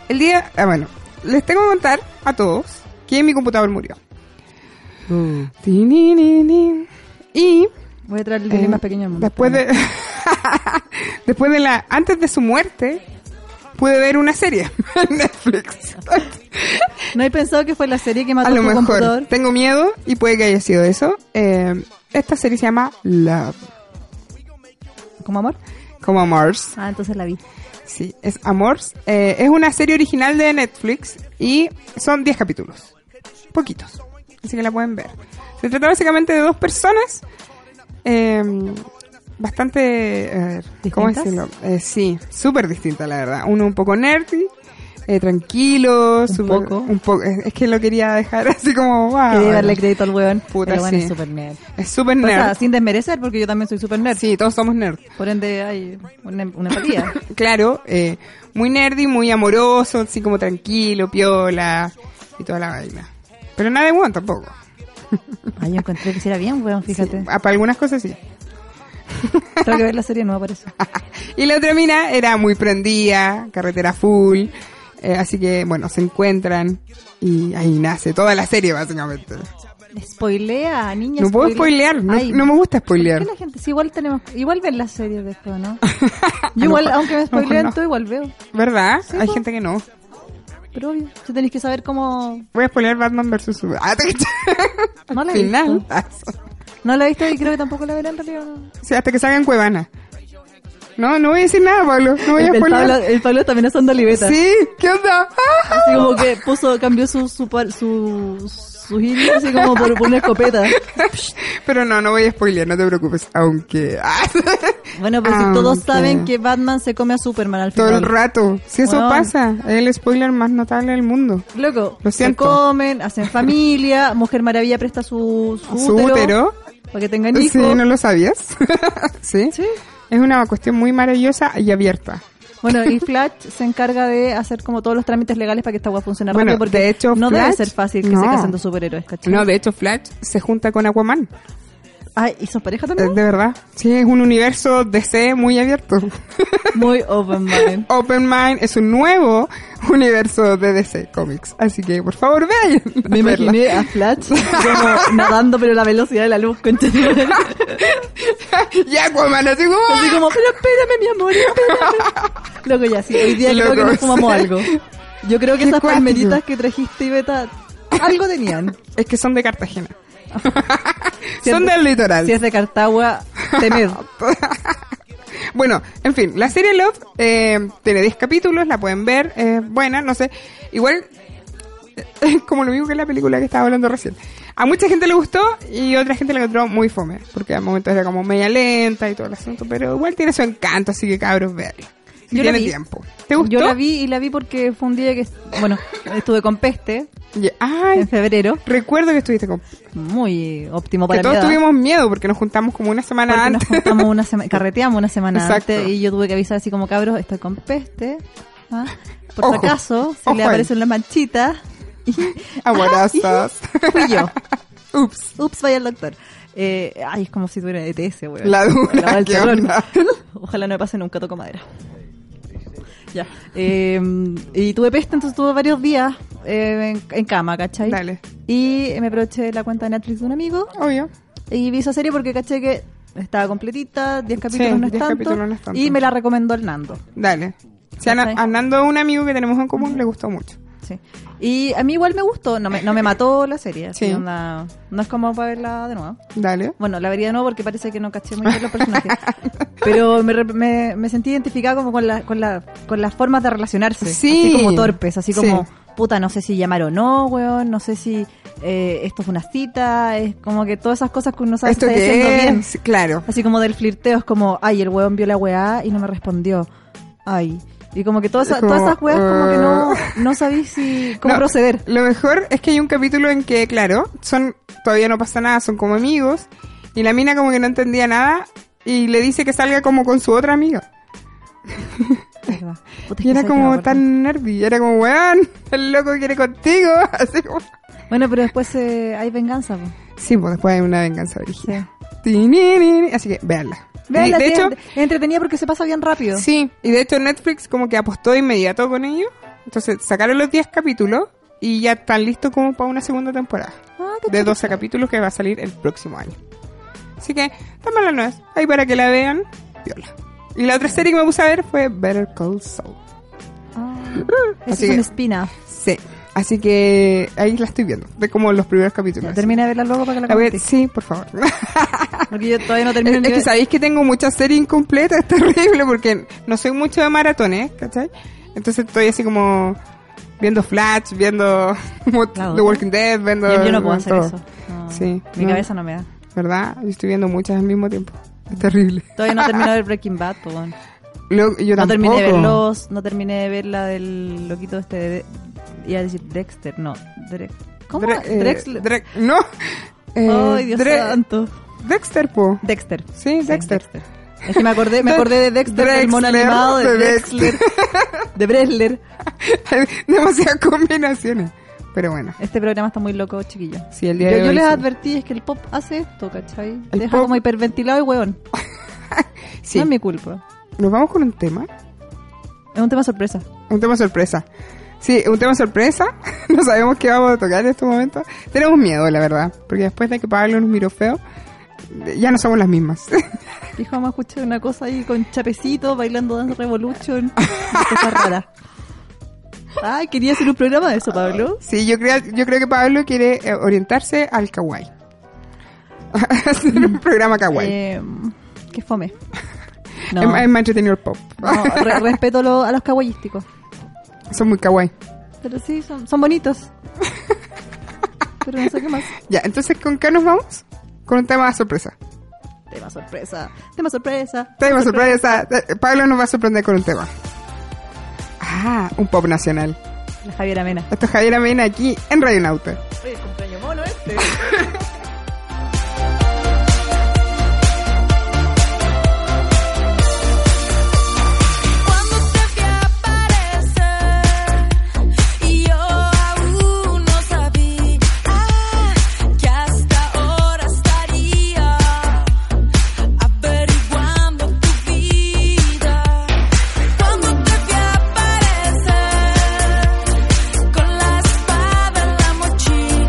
Speaker 3: El día, ah, bueno, les tengo que contar a todos que mi computador murió.
Speaker 2: Mm.
Speaker 3: Tinininín. Y
Speaker 2: Voy a traer el delay más
Speaker 3: eh,
Speaker 2: pequeño del mundo.
Speaker 3: Después de, después de la, antes de su muerte, pude ver una serie en Netflix.
Speaker 2: ¿No he pensado que fue la serie que mató
Speaker 3: A lo
Speaker 2: tu
Speaker 3: mejor
Speaker 2: computador?
Speaker 3: tengo miedo y puede que haya sido eso. Eh, esta serie se llama Love,
Speaker 2: ¿Como amor?
Speaker 3: como Mars.
Speaker 2: Ah, entonces la vi.
Speaker 3: Sí, es Amors. Eh, es una serie original de Netflix y son 10 capítulos. Poquitos. Así que la pueden ver. Se trata básicamente de dos personas eh, bastante... a ver, ¿Cómo
Speaker 2: ¿Distintas?
Speaker 3: decirlo? Eh, sí, súper distinta la verdad. Uno un poco nerdy, eh, tranquilo, súper-
Speaker 2: poco.
Speaker 3: un poco. Es, es que lo quería dejar así como... Wow,
Speaker 2: Quería darle crédito al weón.
Speaker 3: Ah, Puta,
Speaker 2: pero bueno,
Speaker 3: sí.
Speaker 2: es super nerd.
Speaker 3: es súper
Speaker 2: O sea,
Speaker 3: nerd.
Speaker 2: sin desmerecer, porque yo también soy super nerd.
Speaker 3: Sí, todos somos nerd.
Speaker 2: Por ende, hay una, una empatía.
Speaker 3: claro, eh, muy nerdy, muy amoroso, así como tranquilo, piola y toda la vaina. Pero nada de bueno tampoco.
Speaker 2: Ay, yo encontré que hiciera bien, weón, fíjate.
Speaker 3: Sí, ah, para algunas cosas sí.
Speaker 2: Tengo que ver la serie nueva, parece.
Speaker 3: y la otra mina era muy prendida, carretera full. eh, así que, bueno, se encuentran y ahí nace toda la serie, básicamente.
Speaker 2: Spoilea, niña.
Speaker 3: No puedo
Speaker 2: spoilea.
Speaker 3: spoilear, no-
Speaker 2: Ay,
Speaker 3: no me gusta spoilear.
Speaker 2: ¿por qué la gente? Sí, igual tenemos, igual ven las series después, ¿no? Yo igual,
Speaker 3: mejor-
Speaker 2: aunque
Speaker 3: a
Speaker 2: me
Speaker 3: lo mejor
Speaker 2: spoilean
Speaker 3: no.
Speaker 2: todo, igual veo.
Speaker 3: ¿Verdad? Hay
Speaker 2: po.
Speaker 3: gente que no.
Speaker 2: Pero obvio, si tenéis que saber cómo...
Speaker 3: Voy a spoilear Batman vs. Superman. Ah, te
Speaker 2: No la he
Speaker 3: Final.
Speaker 2: visto. No la he visto y creo que tampoco la veré en realidad. ¿no?
Speaker 3: Sí, hasta que salgan Cuevana. No, no voy a decir nada, Pablo. No voy a
Speaker 2: El Pablo,
Speaker 3: spoilear.
Speaker 2: el Pablo también es onda oliveta.
Speaker 3: Sí, ¿qué onda? ¡Ah!
Speaker 2: Así como que puso, cambió su, su, pal- su, su himno así como por, por una escopeta.
Speaker 3: Pero no, no voy a spoilear, no te preocupes. Aunque. ah,
Speaker 2: Bueno, pero si todos
Speaker 3: Aunque-
Speaker 2: saben que Batman se come a Superman al
Speaker 3: Ah, Todo
Speaker 2: final.
Speaker 3: el rato. Si eso
Speaker 2: Weón.
Speaker 3: pasa, es el spoiler más notable del mundo.
Speaker 2: Loco,
Speaker 3: Lo
Speaker 2: se
Speaker 3: siento.
Speaker 2: comen, hacen familia, Mujer Maravilla presta su, su,
Speaker 3: Su
Speaker 2: útero,
Speaker 3: útero.
Speaker 2: para que tengan hijos.
Speaker 3: Sí, ¿no lo sabías? sí.
Speaker 2: Sí.
Speaker 3: Es una cuestión muy maravillosa y abierta.
Speaker 2: Bueno, y Flash se encarga de hacer como todos los trámites legales para que esta hueá funcione
Speaker 3: Bueno,
Speaker 2: rápido, porque
Speaker 3: de hecho,
Speaker 2: no debe
Speaker 3: Flash-
Speaker 2: ser fácil que
Speaker 3: no.
Speaker 2: se casen dos superhéroes, ¿cachai?
Speaker 3: No, de hecho, Flash se junta con Aquaman.
Speaker 2: Ay, ¿y son pareja
Speaker 3: Eh,
Speaker 2: también?
Speaker 3: De verdad. Sí, es un universo DC muy abierto.
Speaker 2: Muy open mind.
Speaker 3: Open Mind es un nuevo universo de DC Comics. Así que, por favor, vean.
Speaker 2: Me imaginé a Flash como nadando, pero a la velocidad de la luz, concha de madre.
Speaker 3: y Aquaman, así como...
Speaker 2: Así como, pero espérame, mi amor, espérame. Loco, ya, sí, hoy día creo
Speaker 3: Loco,
Speaker 2: que nos fumamos
Speaker 3: sí.
Speaker 2: algo. Yo creo que
Speaker 3: Qué
Speaker 2: esas
Speaker 3: cuático.
Speaker 2: palmeritas que trajiste, Iveta, algo tenían.
Speaker 3: Es que son de Cartagena.
Speaker 2: Si
Speaker 3: son
Speaker 2: es de-
Speaker 3: del litoral.
Speaker 2: Si es de Cartagua, temer.
Speaker 3: Bueno, en fin, la serie Love eh, tiene 10 capítulos, la pueden ver, es buena, no sé. Igual, es como lo mismo que la película que estaba hablando recién. A mucha gente le gustó y otra gente la encontró muy fome, porque al momento era como media lenta y todo el asunto, pero igual tiene su encanto, así que cabros, verla. Si
Speaker 2: Yo la
Speaker 3: tiene
Speaker 2: vi.
Speaker 3: tiempo. ¿Te gustó?
Speaker 2: Yo la vi y la vi porque fue un día que, bueno, estuve con peste
Speaker 3: Ya- Ay,
Speaker 2: en febrero.
Speaker 3: recuerdo que estuviste con...
Speaker 2: Muy óptimo
Speaker 3: Que
Speaker 2: para mi
Speaker 3: todos
Speaker 2: edad,
Speaker 3: tuvimos miedo porque nos juntamos como una semana
Speaker 2: porque nos
Speaker 3: antes.
Speaker 2: juntamos una semana, carreteamos una semana
Speaker 3: Exacto.
Speaker 2: antes y yo tuve que avisar así como cabros, estoy con peste. ¿ah? Por
Speaker 3: Ojo,
Speaker 2: si acaso, si
Speaker 3: ojo
Speaker 2: le
Speaker 3: ahí.
Speaker 2: aparece una manchita,
Speaker 3: Amorazas.
Speaker 2: fui yo.
Speaker 3: Ups.
Speaker 2: Ups, vaya al doctor. Eh, ay, es como si tuviera ETS, weón.
Speaker 3: La dura,
Speaker 2: La del
Speaker 3: ¿qué
Speaker 2: terror.
Speaker 3: onda?
Speaker 2: Ojalá no me pase nunca, toco madera. Ya. Eh, y tuve peste, entonces tuve varios días eh, en, en cama, ¿cachai?
Speaker 3: Dale.
Speaker 2: Y me aproveché la cuenta de Netflix de un amigo
Speaker 3: Obvio.
Speaker 2: y vi esa serie porque caché que estaba completita, 10 capítulos, no, es
Speaker 3: 10
Speaker 2: tanto,
Speaker 3: capítulos no es tanto.
Speaker 2: Y me la recomendó el Nando.
Speaker 3: Dale. Si a, Na-
Speaker 2: Ok.
Speaker 3: a Nando, un amigo que tenemos en común, le gustó mucho.
Speaker 2: Sí. Y a mí igual me gustó, no me, no me mató la serie. así
Speaker 3: Sí.
Speaker 2: onda, no es como para verla de nuevo.
Speaker 3: Dale.
Speaker 2: Bueno, la vería de nuevo porque parece que no caché muy bien los personajes. Pero me, re- me, me sentí identificada como con, la, con, la, con las formas de relacionarse.
Speaker 3: Sí.
Speaker 2: Así como torpes, así como,
Speaker 3: Sí.
Speaker 2: puta, no sé si llamar o no, weón, no sé si eh, esto es una cita, es como que todas esas cosas que uno sabe
Speaker 3: ¿Esto
Speaker 2: que está
Speaker 3: qué
Speaker 2: haciendo
Speaker 3: es?
Speaker 2: bien.
Speaker 3: Sí, Claro.
Speaker 2: Así como del flirteo, es como, ay, el weón vio la weá y no me respondió. Ay. Y como que todas,
Speaker 3: Es
Speaker 2: esas- todas
Speaker 3: como,
Speaker 2: esas weas como que no,
Speaker 3: eh.
Speaker 2: no sabís si, cómo
Speaker 3: No,
Speaker 2: proceder.
Speaker 3: Lo mejor es que hay un capítulo en que, claro, son todavía no pasa nada, son como amigos. Y la mina como que no entendía nada y le dice que salga como con su otra amiga.
Speaker 2: nueva. Puta, es
Speaker 3: Y
Speaker 2: que
Speaker 3: era
Speaker 2: sé que me
Speaker 3: como
Speaker 2: acuerdo.
Speaker 3: tan nerdy, era como, weón, el loco quiere contigo. Así como...
Speaker 2: Bueno, pero después eh, hay venganza. po.
Speaker 3: Sí, pues después hay una venganza original.
Speaker 2: Sí.
Speaker 3: Así que véanla.
Speaker 2: Vean la
Speaker 3: de
Speaker 2: serie,
Speaker 3: hecho,
Speaker 2: es entretenida porque se pasa bien rápido.
Speaker 3: sí, y de hecho Netflix como que apostó de inmediato con ello. Entonces sacaron los 10 capítulos y ya están listos como para una segunda temporada.
Speaker 2: Ah, qué
Speaker 3: de
Speaker 2: chido.
Speaker 3: 12 capítulos que va a salir el próximo año. Así que, tan mala no es. Ahí para que la vean, viola. Y la otra serie que me puse a ver fue Better Call Saul.
Speaker 2: Ah,
Speaker 3: Así
Speaker 2: eso es
Speaker 3: que-
Speaker 2: una espina.
Speaker 3: Sí. Así que ahí la estoy viendo, de como los primeros capítulos.
Speaker 2: Ya, termina de verla luego para que la
Speaker 3: La voy a-
Speaker 2: comenté.
Speaker 3: sí, por favor.
Speaker 2: Porque yo todavía no termino
Speaker 3: Es,
Speaker 2: el
Speaker 3: es que
Speaker 2: nivel.
Speaker 3: sabéis que tengo muchas series incompletas, es terrible, porque no soy mucho de maratones, ¿cachai? Entonces estoy así como viendo Flash, viendo
Speaker 2: La
Speaker 3: The
Speaker 2: otra.
Speaker 3: Walking Dead, viendo...
Speaker 2: Yo, yo no puedo hacer
Speaker 3: todo.
Speaker 2: eso. No,
Speaker 3: Sí,
Speaker 2: mi
Speaker 3: no.
Speaker 2: cabeza no me da.
Speaker 3: ¿Verdad? Yo estoy viendo muchas al mismo tiempo. Es terrible.
Speaker 2: Todavía no terminé de ver Breaking Bad, po, weón.
Speaker 3: Luego, yo tampoco.
Speaker 2: No terminé de ver Los, no terminé de ver la del loquito este de, iba a decir Dexter, no, Drex. ¿Cómo?
Speaker 3: Dre- eh,
Speaker 2: Drexler.
Speaker 3: Dre- no.
Speaker 2: Ay,
Speaker 3: Eh,
Speaker 2: Dios
Speaker 3: Dre-
Speaker 2: santo.
Speaker 3: Dexter, po.
Speaker 2: Dexter.
Speaker 3: Sí, Dexter.
Speaker 2: Es que me acordé, me acordé de Dexter, del mono
Speaker 3: Drexler,
Speaker 2: animado, de,
Speaker 3: de
Speaker 2: Dexter, de Bresler.
Speaker 3: Hay Demasiadas combinaciones. Pero bueno.
Speaker 2: Este programa está muy loco, chiquillo.
Speaker 3: Sí, el día
Speaker 2: Yo,
Speaker 3: de
Speaker 2: yo
Speaker 3: hoy
Speaker 2: les
Speaker 3: sí.
Speaker 2: advertí, es que el pop hace esto, ¿cachai?
Speaker 3: El
Speaker 2: Deja
Speaker 3: pop-
Speaker 2: como hiperventilado y hueón.
Speaker 3: Sí.
Speaker 2: No es mi culpa.
Speaker 3: Nos vamos con un tema.
Speaker 2: Es un tema sorpresa.
Speaker 3: Un tema sorpresa. Sí, un tema sorpresa. no sabemos qué vamos a tocar en estos momentos. Tenemos miedo, la verdad. Porque después de que Pablo nos miró feo, ya no somos las mismas.
Speaker 2: Dijo, vamos a escuchar una cosa ahí con chapecito, bailando Dance Revolution. Cosas raras. Ay, quería hacer un programa de eso, Pablo.
Speaker 3: sí, yo creo, yo creo que Pablo quiere eh, orientarse al kawaii. Hacer un programa kawaii.
Speaker 2: Eh, qué fome. No,
Speaker 3: Es más- es más entretenido el pop.
Speaker 2: no, re- respeto lo- a los kawaiísticos.
Speaker 3: Son muy kawaii.
Speaker 2: Pero sí, son, son bonitos. Pero no sé qué más.
Speaker 3: Ya, entonces, ¿con qué nos vamos? Con un tema sorpresa.
Speaker 2: Tema sorpresa. Tema sorpresa.
Speaker 3: Tema sorpresa. Eh, Pablo nos va a sorprender con un tema. Ah, un pop nacional.
Speaker 2: La Javiera Mena.
Speaker 3: Esto es Javier Amena aquí en Radio Nauta.
Speaker 2: Oye, cumpleaños mono este.
Speaker 6: Cuando te fui a aparecer y yo aún no sabía que hasta ahora estaría averiguando tu vida. Cuando te fui a aparecer con la espada en la mochila,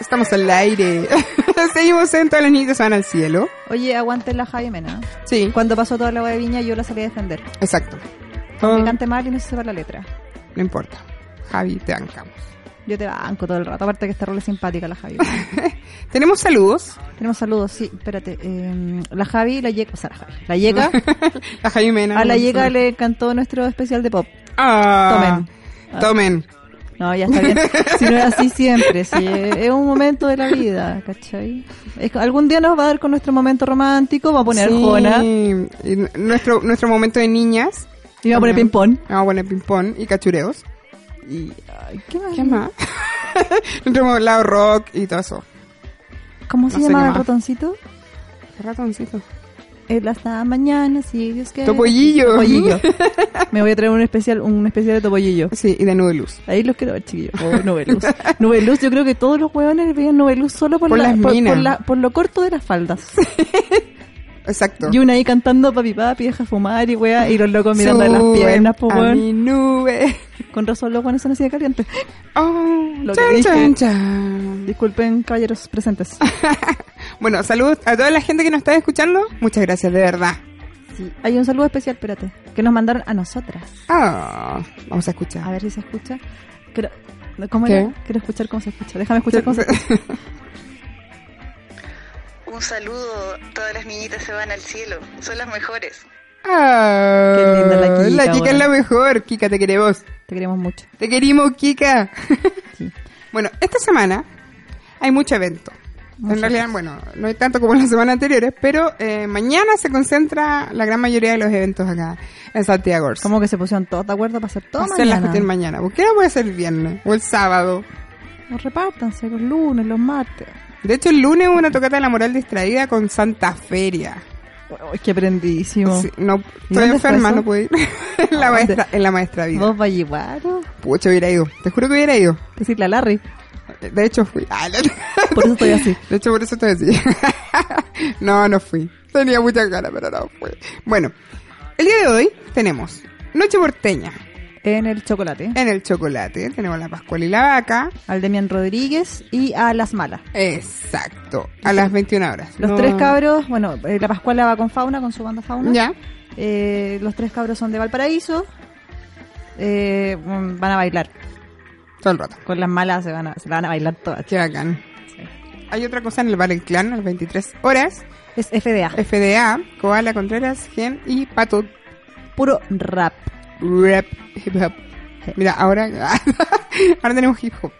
Speaker 3: Estamos al aire. Seguimos en todos los niños van al cielo.
Speaker 2: Oye, aguanten la Jaime, ¿no?
Speaker 3: Sí,
Speaker 2: Cuando pasó toda la agua de viña, yo la salí a defender.
Speaker 3: exacto.
Speaker 2: Me
Speaker 3: Todo-
Speaker 2: cante mal y no se sepa la letra.
Speaker 3: no importa. Javi, te bancamos.
Speaker 2: Yo te banco todo el rato, aparte que está rol es simpática la Javi.
Speaker 3: Tenemos saludos.
Speaker 2: Tenemos saludos, sí, espérate. eh, la Javi, la Yeca, o sea, la Javi, la Yeca.
Speaker 3: A Javi Mena.
Speaker 2: a la Yeca le encantó nuestro especial de pop.
Speaker 3: Ah, Tomen.
Speaker 2: No, ya está bien. Si no es así siempre, sí. Es un momento de la vida, ¿cachai? Es- algún día nos va a dar con nuestro momento romántico, va a poner
Speaker 3: Sí.
Speaker 2: Jona
Speaker 3: Y n- nuestro, nuestro momento de niñas.
Speaker 2: y va a poner
Speaker 3: También.
Speaker 2: ping-pong.
Speaker 3: Vamos a poner ping-pong y cachureos.
Speaker 2: Y, ay, ¿Qué más?
Speaker 3: ¿Qué más? Nuestro lado rock y todo eso.
Speaker 2: ¿Cómo se
Speaker 3: No sé
Speaker 2: llama
Speaker 3: qué
Speaker 2: el
Speaker 3: más.
Speaker 2: ratoncito?
Speaker 3: Qué ratoncito.
Speaker 2: El hasta mañana, si Dios quiere.
Speaker 3: Topollillo.
Speaker 2: Topollillo. Me voy a traer un especial, un especial de topollillo.
Speaker 3: Sí, y de Nube Luz.
Speaker 2: Ahí los quiero ver, chiquillos. Oh, Noveluz. Noveluz, yo creo que todos los huevones veían Noveluz solo por,
Speaker 3: Por
Speaker 2: la-
Speaker 3: las
Speaker 2: por,
Speaker 3: minas.
Speaker 2: por la- por lo corto de las faldas.
Speaker 3: Exacto.
Speaker 2: Y una ahí cantando papi papi, deja fumar y wea, y los locos mirando las
Speaker 3: Suben
Speaker 2: piernas, po,
Speaker 3: a
Speaker 2: weón.
Speaker 3: mi nube.
Speaker 2: Con razón los hueones son así de caliente.
Speaker 3: Oh,
Speaker 2: Lo que
Speaker 3: chan,
Speaker 2: dije.
Speaker 3: chan, chan.
Speaker 2: Disculpen, caballeros presentes.
Speaker 3: Bueno, saludos a toda la gente que nos está escuchando. Muchas gracias, de verdad.
Speaker 2: Sí, Hay un saludo especial, espérate, que nos mandaron a nosotras.
Speaker 3: Ah, vamos a
Speaker 2: A
Speaker 3: escuchar.
Speaker 2: ver si se escucha. Creo- ¿Cómo
Speaker 3: ¿Qué?
Speaker 2: era? Quiero escuchar cómo se escucha. Déjame escuchar cómo se
Speaker 8: Un saludo, todas las niñitas se van al cielo, son las mejores.
Speaker 3: Ah,
Speaker 2: Qué linda la Kika,
Speaker 3: La Kika es
Speaker 2: weón.
Speaker 3: la mejor. Kika, te queremos.
Speaker 2: Te queremos mucho.
Speaker 3: Te queremos, Kika.
Speaker 2: Sí.
Speaker 3: Bueno, esta semana hay mucho evento.
Speaker 2: Muchas
Speaker 3: en realidad, bueno, no hay tanto como las semanas anteriores, pero eh, mañana se concentra la gran mayoría de los eventos acá en Santiago. Orsi.
Speaker 2: Como que se pusieron todos de acuerdo para hacer todo
Speaker 3: Hacer las cuestiones
Speaker 2: mañana.
Speaker 3: mañana. ¿Por qué no puede ser el viernes o el sábado?
Speaker 2: O repártanse los lunes, los martes.
Speaker 3: De hecho, el lunes hubo una tocata de la moral distraída con Santa Feria.
Speaker 2: Wow, es que aprendísimo.
Speaker 3: Sí, no,
Speaker 2: ¿Y
Speaker 3: estoy
Speaker 2: dónde fue
Speaker 3: enferma,
Speaker 2: eso?
Speaker 3: no puedo ir. en, la
Speaker 2: ¿A dónde?
Speaker 3: maestra, en la maestra vida.
Speaker 2: Vos valleguaro,
Speaker 3: Pucha, hubiera ido. Te juro que hubiera ido.
Speaker 2: decir la Larry.
Speaker 3: De hecho, fui. Ah, no.
Speaker 2: Por eso estoy así.
Speaker 3: De hecho, por eso estoy así. no, no fui. Tenía muchas ganas, pero no fui. Bueno, el día de hoy tenemos Noche Porteña
Speaker 2: En el chocolate.
Speaker 3: en el chocolate. Tenemos la Pascual y la Vaca.
Speaker 2: Al Demian Rodríguez y a Las Malas.
Speaker 3: Exacto. A las 21 horas.
Speaker 2: Los
Speaker 3: No-
Speaker 2: tres cabros, bueno, eh, la Pascuala va con Fauna, con su banda Fauna.
Speaker 3: Ya.
Speaker 2: Eh, los tres cabros son de Valparaíso. Eh, mm, van a bailar.
Speaker 3: Todo el rato.
Speaker 2: Con las malas se van a, se la van a bailar todas.
Speaker 3: Qué bacán. Hay otra cosa en el Bar El Clan a las 23 horas.
Speaker 2: Es FDA.
Speaker 3: FDA, Koala Contreras, Gen y Pato
Speaker 2: Puro rap.
Speaker 3: Rap Hip Hop. Mira, ahora, ahora tenemos hip hop.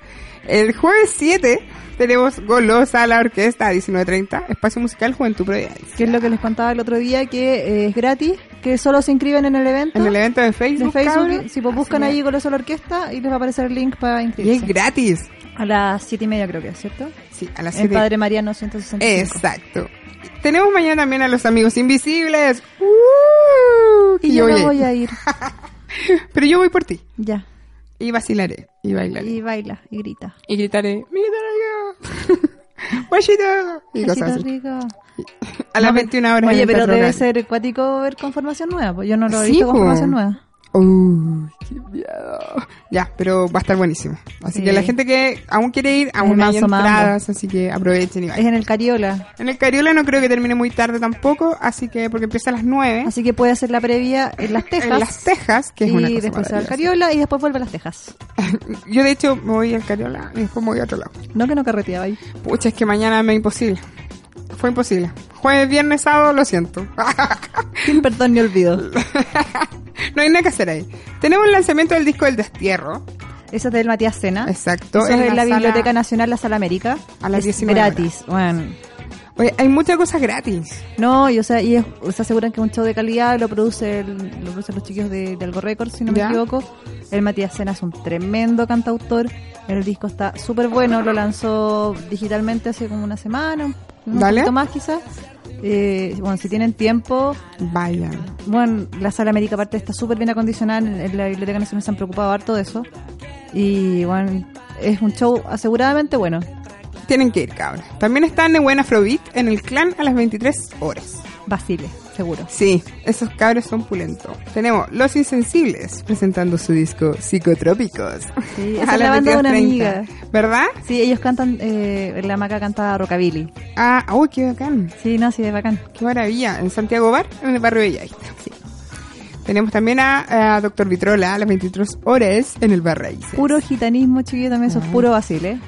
Speaker 3: El jueves 7 tenemos Golosa, la orquesta, a 19.30, Espacio Musical Juventud Providencia.
Speaker 2: Que es lo que les contaba el otro día, que eh, es gratis, que solo se inscriben en el evento.
Speaker 3: En el evento de
Speaker 2: de
Speaker 3: Facebook,
Speaker 2: Facebook,
Speaker 3: cabros.
Speaker 2: si pues, buscan
Speaker 3: Así
Speaker 2: ahí con la sola orquesta y les va a aparecer el link para
Speaker 3: que- Y es
Speaker 2: inscribirse.
Speaker 3: gratis.
Speaker 2: a las siete y media creo que es, ¿cierto?
Speaker 3: Sí, a las
Speaker 2: En
Speaker 3: 7.
Speaker 2: Padre Mariano 165.
Speaker 3: Exacto. Tenemos mañana también a los amigos invisibles. ¡Uh!
Speaker 2: Y yo
Speaker 3: oye,
Speaker 2: me voy a ir.
Speaker 3: Pero yo voy por ti.
Speaker 2: Ya.
Speaker 3: Y vacilaré. Y bailaré.
Speaker 2: Y baila, y grita.
Speaker 3: Y gritaré, ¡Mira, yo! ¡Guachito! Y
Speaker 2: Besito
Speaker 3: cosas así.
Speaker 2: rico.
Speaker 3: A las
Speaker 2: No,
Speaker 3: 21 horas. en
Speaker 2: Oye,
Speaker 3: el
Speaker 2: pero
Speaker 3: Teatro
Speaker 2: debe
Speaker 3: Real.
Speaker 2: ser cuático ver con formación nueva. Pues yo no lo he
Speaker 3: Sí,
Speaker 2: visto con
Speaker 3: po.
Speaker 2: formación nueva.
Speaker 3: Uy, qué miedo. Ya, pero va a estar buenísimo. Así
Speaker 2: Sí.
Speaker 3: que la gente que aún quiere ir, aún
Speaker 2: Es
Speaker 3: hay
Speaker 2: manso mambo.
Speaker 3: entradas, así que aprovechen y
Speaker 2: Es
Speaker 3: vayan.
Speaker 2: en el Cariola.
Speaker 3: En el Cariola no creo que termine muy tarde tampoco, así que porque empieza a las 9
Speaker 2: Así que puede hacer la previa en Las Tejas.
Speaker 3: ¿Eh? en Las Tejas, que es una
Speaker 2: y
Speaker 3: cosa
Speaker 2: después se va al
Speaker 3: maravillosa.
Speaker 2: Cariola y después vuelve a Las Tejas.
Speaker 3: Yo de hecho me voy al Cariola y después me voy a otro lado.
Speaker 2: No que no carreteaba ahí.
Speaker 3: Pucha, es que mañana me imposible. Fue imposible. Jueves, viernes, sábado, lo siento.
Speaker 2: Sin perdón ni olvido.
Speaker 3: no hay nada que hacer ahí. Tenemos el lanzamiento del disco del destierro.
Speaker 2: Esa es del Matías Cena.
Speaker 3: Exacto.
Speaker 2: ¿Ah? Eso es en la
Speaker 3: sala-
Speaker 2: Biblioteca Nacional, la Sala América.
Speaker 3: A las
Speaker 2: Es
Speaker 3: 19
Speaker 2: Gratis. Bueno.
Speaker 3: Oye, hay muchas cosas gratis.
Speaker 2: No, y, o sea, y es- se aseguran que es un show de calidad lo produce el- lo producen los chicos de, de Algo Records, si no me
Speaker 3: Ya.
Speaker 2: equivoco. El Matías Cena es un tremendo cantautor. El disco está súper bueno, lo lanzó digitalmente hace como una semana, un- un
Speaker 3: Dale.
Speaker 2: poquito más quizás. Eh, bueno, si tienen tiempo,
Speaker 3: Vayan.
Speaker 2: bueno, la Sala América aparte está súper bien acondicionada, en, en la Biblioteca Nacional se han preocupado harto de eso. Y bueno, es un show aseguradamente bueno.
Speaker 3: Tienen que ir, cabros. También está Nebuena Afrobeat en el clan a las 23 horas.
Speaker 2: Basile. seguro.
Speaker 3: Sí, esos cabros son pulentos. Tenemos Los Insensibles presentando su disco Psicotrópicos.
Speaker 2: Sí,
Speaker 3: A
Speaker 2: esa es
Speaker 3: las
Speaker 2: la banda de una
Speaker 3: 22:30.
Speaker 2: amiga.
Speaker 3: ¿Verdad?
Speaker 2: Sí, ellos cantan, eh, la maca canta rockabilly.
Speaker 3: Ah, oh, qué bacán.
Speaker 2: Sí, no, sí, es bacán.
Speaker 3: Qué maravilla. En Santiago Bar, en el barrio de Yaita. Tenemos también a, Doctor Vitrola a las 23 horas en el Barraíces.
Speaker 2: Puro gitanismo, chiquillo, también eso es
Speaker 3: Ah.
Speaker 2: puro vacile.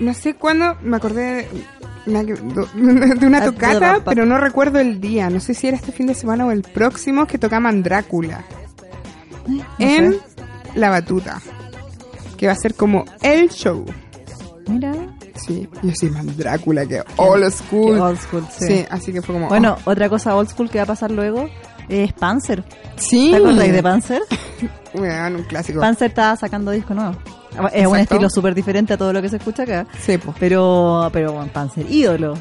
Speaker 3: No sé cuándo me acordé de, de
Speaker 2: Ah,
Speaker 3: una tocata, pero no recuerdo el día. No sé si era este fin de semana o el próximo que tocaban Drácula en La Batuta, que va a ser como el show.
Speaker 2: Mira.
Speaker 3: Sí, yo sí, man, Drácula, que old school.
Speaker 2: Qué old school, sí.
Speaker 3: así que fue como.
Speaker 2: Bueno, otra cosa old school que va a pasar luego es Panzer.
Speaker 3: oh, sí.
Speaker 2: ¿Te acordáis de Panzer?
Speaker 3: Weón, un clásico.
Speaker 2: Panzer estaba sacando disco nuevo. Es un
Speaker 3: Exacto.
Speaker 2: estilo súper diferente a todo lo que se escucha acá.
Speaker 3: Sí, po.
Speaker 2: Pero, pero bueno, Panzer, ídolo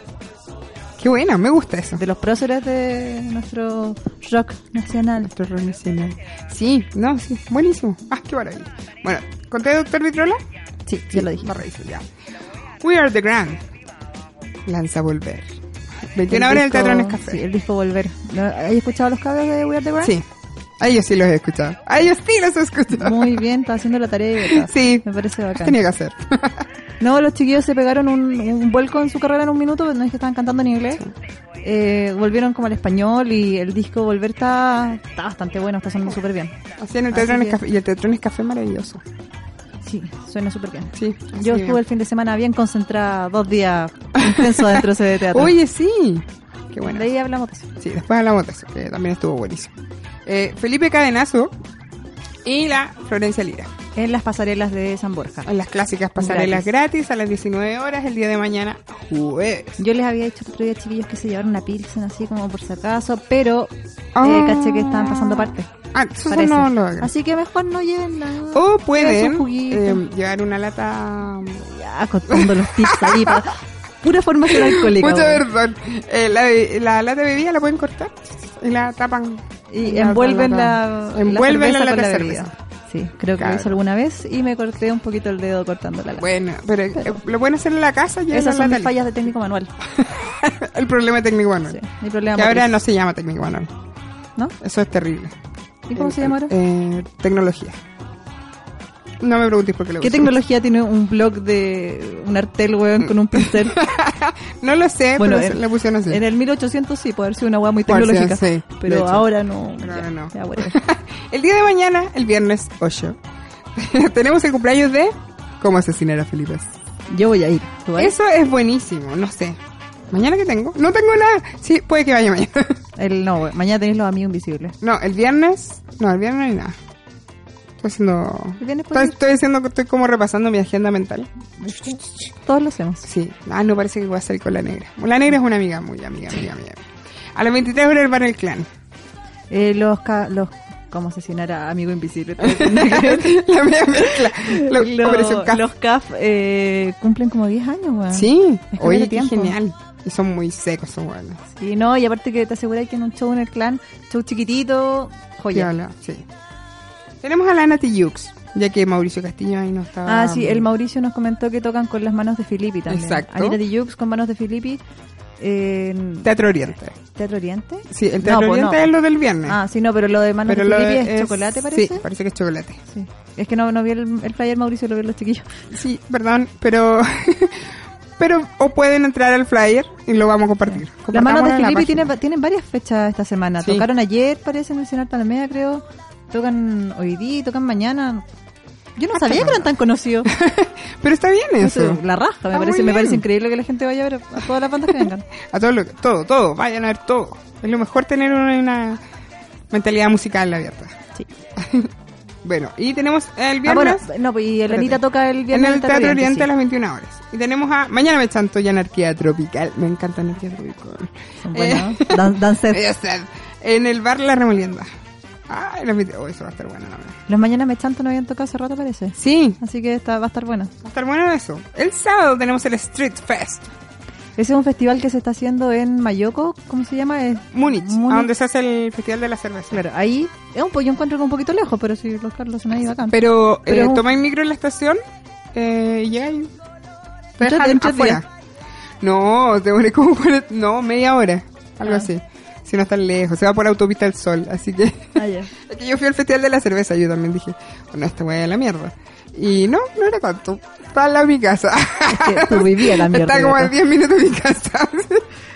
Speaker 3: Qué buena, me gusta eso.
Speaker 2: de los próceres de nuestro rock nacional.
Speaker 3: Nuestro rol nacional. Sí, no, sí, buenísimo. Ah, qué maravilla. Bueno, ¿conté Doctor Vitrola?
Speaker 2: Sí, ya lo dije.
Speaker 3: Barra Isla, ya. We Are The Grand. Lanza Volver. 21 horas en el
Speaker 2: disco-
Speaker 3: Teatro en
Speaker 2: Sí,
Speaker 3: Café.
Speaker 2: el disco Volver. ¿No? ¿Has escuchado los cables de We Are The World?
Speaker 3: Sí. A ellos sí los he escuchado. A ellos sí los he escuchado.
Speaker 2: Muy bien, está haciendo la tarea de verdad.
Speaker 3: Sí.
Speaker 2: Me parece
Speaker 3: Los
Speaker 2: bacán.
Speaker 3: tenía que hacer.
Speaker 2: No, los chiquillos se pegaron un, un vuelco en su carrera en un minuto, no es que estaban cantando en inglés. Eh, volvieron como al español y el disco Volver está, está bastante bueno, está sonando súper bien.
Speaker 3: Así en el Teatro en
Speaker 2: Así
Speaker 3: el
Speaker 2: que-
Speaker 3: Café. Y el Teatro en el Café maravilloso.
Speaker 2: Sí, suena súper bien.
Speaker 3: Sí. así
Speaker 2: Yo
Speaker 3: bien.
Speaker 2: estuve el fin de semana bien concentrada, dos días intensos dentro de ese teatro.
Speaker 3: Oye, sí. Qué bueno.
Speaker 2: De ahí hablamos de eso.
Speaker 3: Sí, después hablamos de eso, que también estuvo buenísimo. Eh, Felipe Cadenazo y la Florencia Lira.
Speaker 2: En las pasarelas de San Borja.
Speaker 3: En las clásicas pasarelas gratis. a las 19 horas el día de mañana, jueves.
Speaker 2: Yo les había dicho el otro día, chiquillos, que se llevaron una Pilsen así como por si acaso, pero
Speaker 3: Ah.
Speaker 2: eh, caché que estaban pasando parte.
Speaker 3: Ah, eso
Speaker 2: Parece.
Speaker 3: no lo hagan.
Speaker 2: Así que mejor no lleven nada.
Speaker 3: O
Speaker 2: Lleven
Speaker 3: pueden
Speaker 2: su juguito.
Speaker 3: eh, llevar una lata.
Speaker 2: Ya, contando los tips ahí. pa- pura formación alcohólica.
Speaker 3: Mucha
Speaker 2: weón.
Speaker 3: perdón. Eh, la, be- la lata de bebida la pueden cortar y la tapan.
Speaker 2: Y
Speaker 3: La-
Speaker 2: envuelven la,
Speaker 3: lata- envuelven
Speaker 2: la
Speaker 3: la
Speaker 2: cerveza
Speaker 3: lata
Speaker 2: con
Speaker 3: de
Speaker 2: la
Speaker 3: cerveza.
Speaker 2: bebida. Sí, creo que
Speaker 3: Claro.
Speaker 2: lo hice alguna vez y me corté un poquito el dedo cortando la lata.
Speaker 3: Bueno, pero eh, lo pueden hacer en la casa y
Speaker 2: Esas
Speaker 3: la
Speaker 2: son mis
Speaker 3: lata
Speaker 2: fallas de técnico manual.
Speaker 3: lista. El problema técnico manual.
Speaker 2: Sí, mi problema.
Speaker 3: que ahora
Speaker 2: motriz,
Speaker 3: no se llama técnico manual.
Speaker 2: ¿no?
Speaker 3: Eso es terrible.
Speaker 2: ¿Y cómo
Speaker 3: Eh,
Speaker 2: se llama ahora?
Speaker 3: eh, tecnología. No me preguntéis por qué lo
Speaker 2: ¿Qué
Speaker 3: uso.
Speaker 2: tecnología tiene un blog de un artel, weón, con un pincel?
Speaker 3: No lo sé,
Speaker 2: Bueno,
Speaker 3: pero se-
Speaker 2: en-
Speaker 3: la pusieron así.
Speaker 2: En el 1800 sí, puede haber sido una weá muy
Speaker 3: Puede ser,
Speaker 2: tecnológica.
Speaker 3: sí, de
Speaker 2: pero
Speaker 3: hecho.
Speaker 2: ahora no.
Speaker 3: Pero
Speaker 2: ya,
Speaker 3: ahora no.
Speaker 2: ya, whatever.
Speaker 3: El día de mañana, el viernes 8, tenemos el cumpleaños de Cómo asesinar a Felipe.
Speaker 2: Yo voy a ir. ¿tú vas?
Speaker 3: Eso es buenísimo, no sé. ¿Mañana qué tengo? No tengo nada. Sí, puede que vaya mañana.
Speaker 2: El, no, weón, mañana tenéis los amigos invisibles.
Speaker 3: No, el viernes. No, el viernes no hay nada. Estoy haciendo.
Speaker 2: El viernes puede
Speaker 3: Estoy,
Speaker 2: ir.
Speaker 3: estoy haciendo, estoy como repasando mi agenda mental.
Speaker 2: Todos lo hacemos.
Speaker 3: Sí. Ah, no parece que voy a salir con la negra. La negra es una amiga, muy amiga, amiga, amiga. A las 23 horas el bar del clan.
Speaker 2: Eh, los, ca- los. ¿Cómo asesinar a amigo invisible?
Speaker 3: la media mezcla. Lo,
Speaker 2: Lo-
Speaker 3: Operación Café.
Speaker 2: Los CAF eh, cumplen como 10 años, weón.
Speaker 3: Sí,
Speaker 2: Es que
Speaker 3: oye, qué
Speaker 2: tiene tiempo.
Speaker 3: genial. Y son muy secos, son buenos.
Speaker 2: Y no, y aparte que te aseguráis que en un show en el clan, show chiquitito, joya.
Speaker 3: Piola, sí. Tenemos a la Nati Yux, ya que Mauricio Castillo ahí no estaba.
Speaker 2: Ah, sí, el Mauricio nos comentó que tocan con las manos de Filippi también.
Speaker 3: Exacto.
Speaker 2: Anita de Jux con manos de Filippi en
Speaker 3: Teatro Oriente.
Speaker 2: Teatro Oriente.
Speaker 3: Sí, el
Speaker 2: No,
Speaker 3: Teatro
Speaker 2: pues
Speaker 3: Oriente
Speaker 2: no.
Speaker 3: es lo del viernes.
Speaker 2: Ah, sí, no, pero lo de manos de
Speaker 3: lo
Speaker 2: Filippi es,
Speaker 3: es-
Speaker 2: chocolate, parece.
Speaker 3: Sí, parece que es chocolate.
Speaker 2: Sí. Es que no, no vi el, el flyer Mauricio, lo vi en los chiquillos.
Speaker 3: Sí, perdón, pero. pero o pueden entrar al flyer y lo vamos a compartir.
Speaker 2: Las manos
Speaker 3: Compartámoslo
Speaker 2: de
Speaker 3: en la
Speaker 2: Filippi
Speaker 3: página.
Speaker 2: tienen, va- tienen varias fechas esta semana.
Speaker 3: Sí.
Speaker 2: Tocaron ayer, parece, en el Señor Palmea, creo. Tocan hoy día, tocan mañana. Yo no sabía que eran tan conocidos.
Speaker 3: Pero está bien eso.
Speaker 2: La raja, me
Speaker 3: Está
Speaker 2: parece,
Speaker 3: muy
Speaker 2: me parece
Speaker 3: bien.
Speaker 2: increíble que la gente vaya a ver a todas las bandas que vengan. Ah,
Speaker 3: A todo, lo que- todo, todo, vayan a ver todo. Es lo mejor tener una, una mentalidad musical abierta.
Speaker 2: Sí.
Speaker 3: Bueno, y tenemos el
Speaker 2: Ah, bueno,
Speaker 3: viernes.
Speaker 2: no, pues y Elenita
Speaker 3: Espérate.
Speaker 2: toca el viernes
Speaker 3: en el Teatro Oriente a
Speaker 2: sí.
Speaker 3: las 21 horas. Y tenemos a Mañana me chanto y Anarquía Tropical. Me encanta Anarquía Tropical.
Speaker 2: Son
Speaker 3: Eh,
Speaker 2: buenas, ¿no? Dan- dan sed.
Speaker 3: ya sé. en el bar La Remolienda. Ah, en las 20 oh, eso va a estar bueno, la verdad.
Speaker 2: Los mañanas me chanto no habían tocado hace rato, parece.
Speaker 3: Sí,
Speaker 2: Así que está, va a estar buena.
Speaker 3: va a estar bueno eso. El sábado tenemos el Street Fest
Speaker 2: Ese es un festival que se está haciendo en Mayoco, ¿cómo se llama? Es
Speaker 3: Múnich,
Speaker 2: Múnich.
Speaker 3: a donde se hace el Festival de la Cerveza.
Speaker 2: Claro, ahí es un po- yo encuentro que un poquito lejos, pero si los Carlos son ahí bacán.
Speaker 3: Pero,
Speaker 2: Pero
Speaker 3: eh,
Speaker 2: es un-
Speaker 3: tomáis micro en la estación eh, y llegáis. Te
Speaker 2: Entrate-
Speaker 3: dejan
Speaker 2: entrate
Speaker 3: afuera. No, te pones como cuarenta- no, media hora, algo
Speaker 2: Ah.
Speaker 3: así. Si no tan lejos, se va por autopista del sol, así que...
Speaker 2: Ah, ya.
Speaker 3: Es que yo fui al Festival de la Cerveza, yo también dije, bueno, esta weá es la mierda. Y no, no era tanto. Está al lado de mi casa.
Speaker 2: que tú vivías la mierda,
Speaker 3: Está como a
Speaker 2: Beto.
Speaker 3: 10 minutos de mi casa.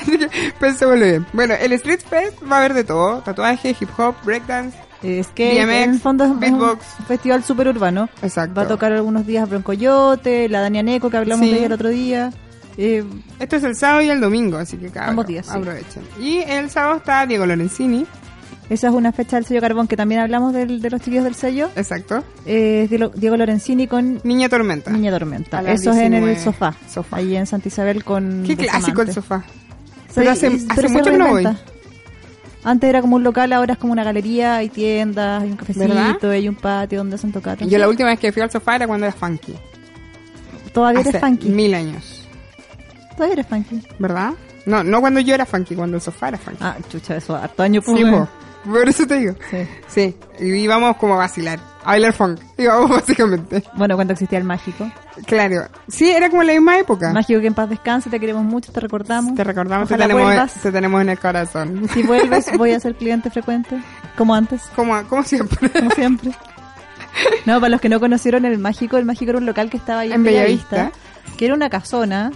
Speaker 3: Así que pensémoslo bien. Bueno, el Street Fest va a haber de todo. Tatuaje, hip hop, breakdance.
Speaker 2: Es que
Speaker 3: DMX,
Speaker 2: en el fondo es un
Speaker 3: beatbox.
Speaker 2: festival súper urbano.
Speaker 3: Exacto.
Speaker 2: Va a tocar algunos días Broncoyote, la Dania Neco que hablamos
Speaker 3: Sí.
Speaker 2: de ella el otro día. Eh,
Speaker 3: Esto es el sábado y el domingo, así que cabrón,
Speaker 2: Ambos días, sí.
Speaker 3: aprovechen. Y el sábado está Diego Lorenzini,
Speaker 2: esa es una fecha del sello Carbón que también hablamos del- de los chiquillos del sello.
Speaker 3: exacto.
Speaker 2: Eh, es Diego- Diego Lorenzini con
Speaker 3: Niña Tormenta.
Speaker 2: Niña
Speaker 3: A
Speaker 2: Tormenta.
Speaker 3: las
Speaker 2: Eso es en el
Speaker 3: 19.
Speaker 2: sofá,
Speaker 3: Sofá.
Speaker 2: Ahí en Santa Isabel con.
Speaker 3: Qué
Speaker 2: Bustamante.
Speaker 3: clásico el sofá.
Speaker 2: Sí,
Speaker 3: Pero hace,
Speaker 2: y-
Speaker 3: hace
Speaker 2: pero se
Speaker 3: mucho que no voy.
Speaker 2: reinventa. Antes era como un local, ahora es como una galería, hay tiendas, hay un cafecito,
Speaker 3: ¿Verdad?
Speaker 2: hay un patio donde hacen tocatas.
Speaker 3: Yo la última vez que fui al sofá era cuando era funky.
Speaker 2: Todavía
Speaker 3: Hace
Speaker 2: eres funky.
Speaker 3: mil años,
Speaker 2: Todavía eres funky.
Speaker 3: ¿verdad? No, no cuando yo era funky, cuando el sofá era funky.
Speaker 2: Ah, chucha, eso, harto año
Speaker 3: sí, po. por eso te digo.
Speaker 2: Sí.
Speaker 3: Sí, y íbamos como a vacilar, a bailar funk, digamos, básicamente.
Speaker 2: Bueno, cuando existía el mágico.
Speaker 3: Claro. Sí, era como la misma época.
Speaker 2: Ah. Mágico que en paz descanse, te queremos mucho, te recordamos.
Speaker 3: Te recordamos, te
Speaker 2: Ojalá
Speaker 3: tenemos,
Speaker 2: vuelvas.
Speaker 3: te tenemos en el corazón.
Speaker 2: Si vuelves, voy a ser cliente frecuente, como antes,
Speaker 3: Como, como siempre.
Speaker 2: como siempre. No, para los que no conocieron el mágico, el mágico era un local que estaba ahí en,
Speaker 3: En
Speaker 2: Bellavista,
Speaker 3: Bellavista.
Speaker 2: que era una casona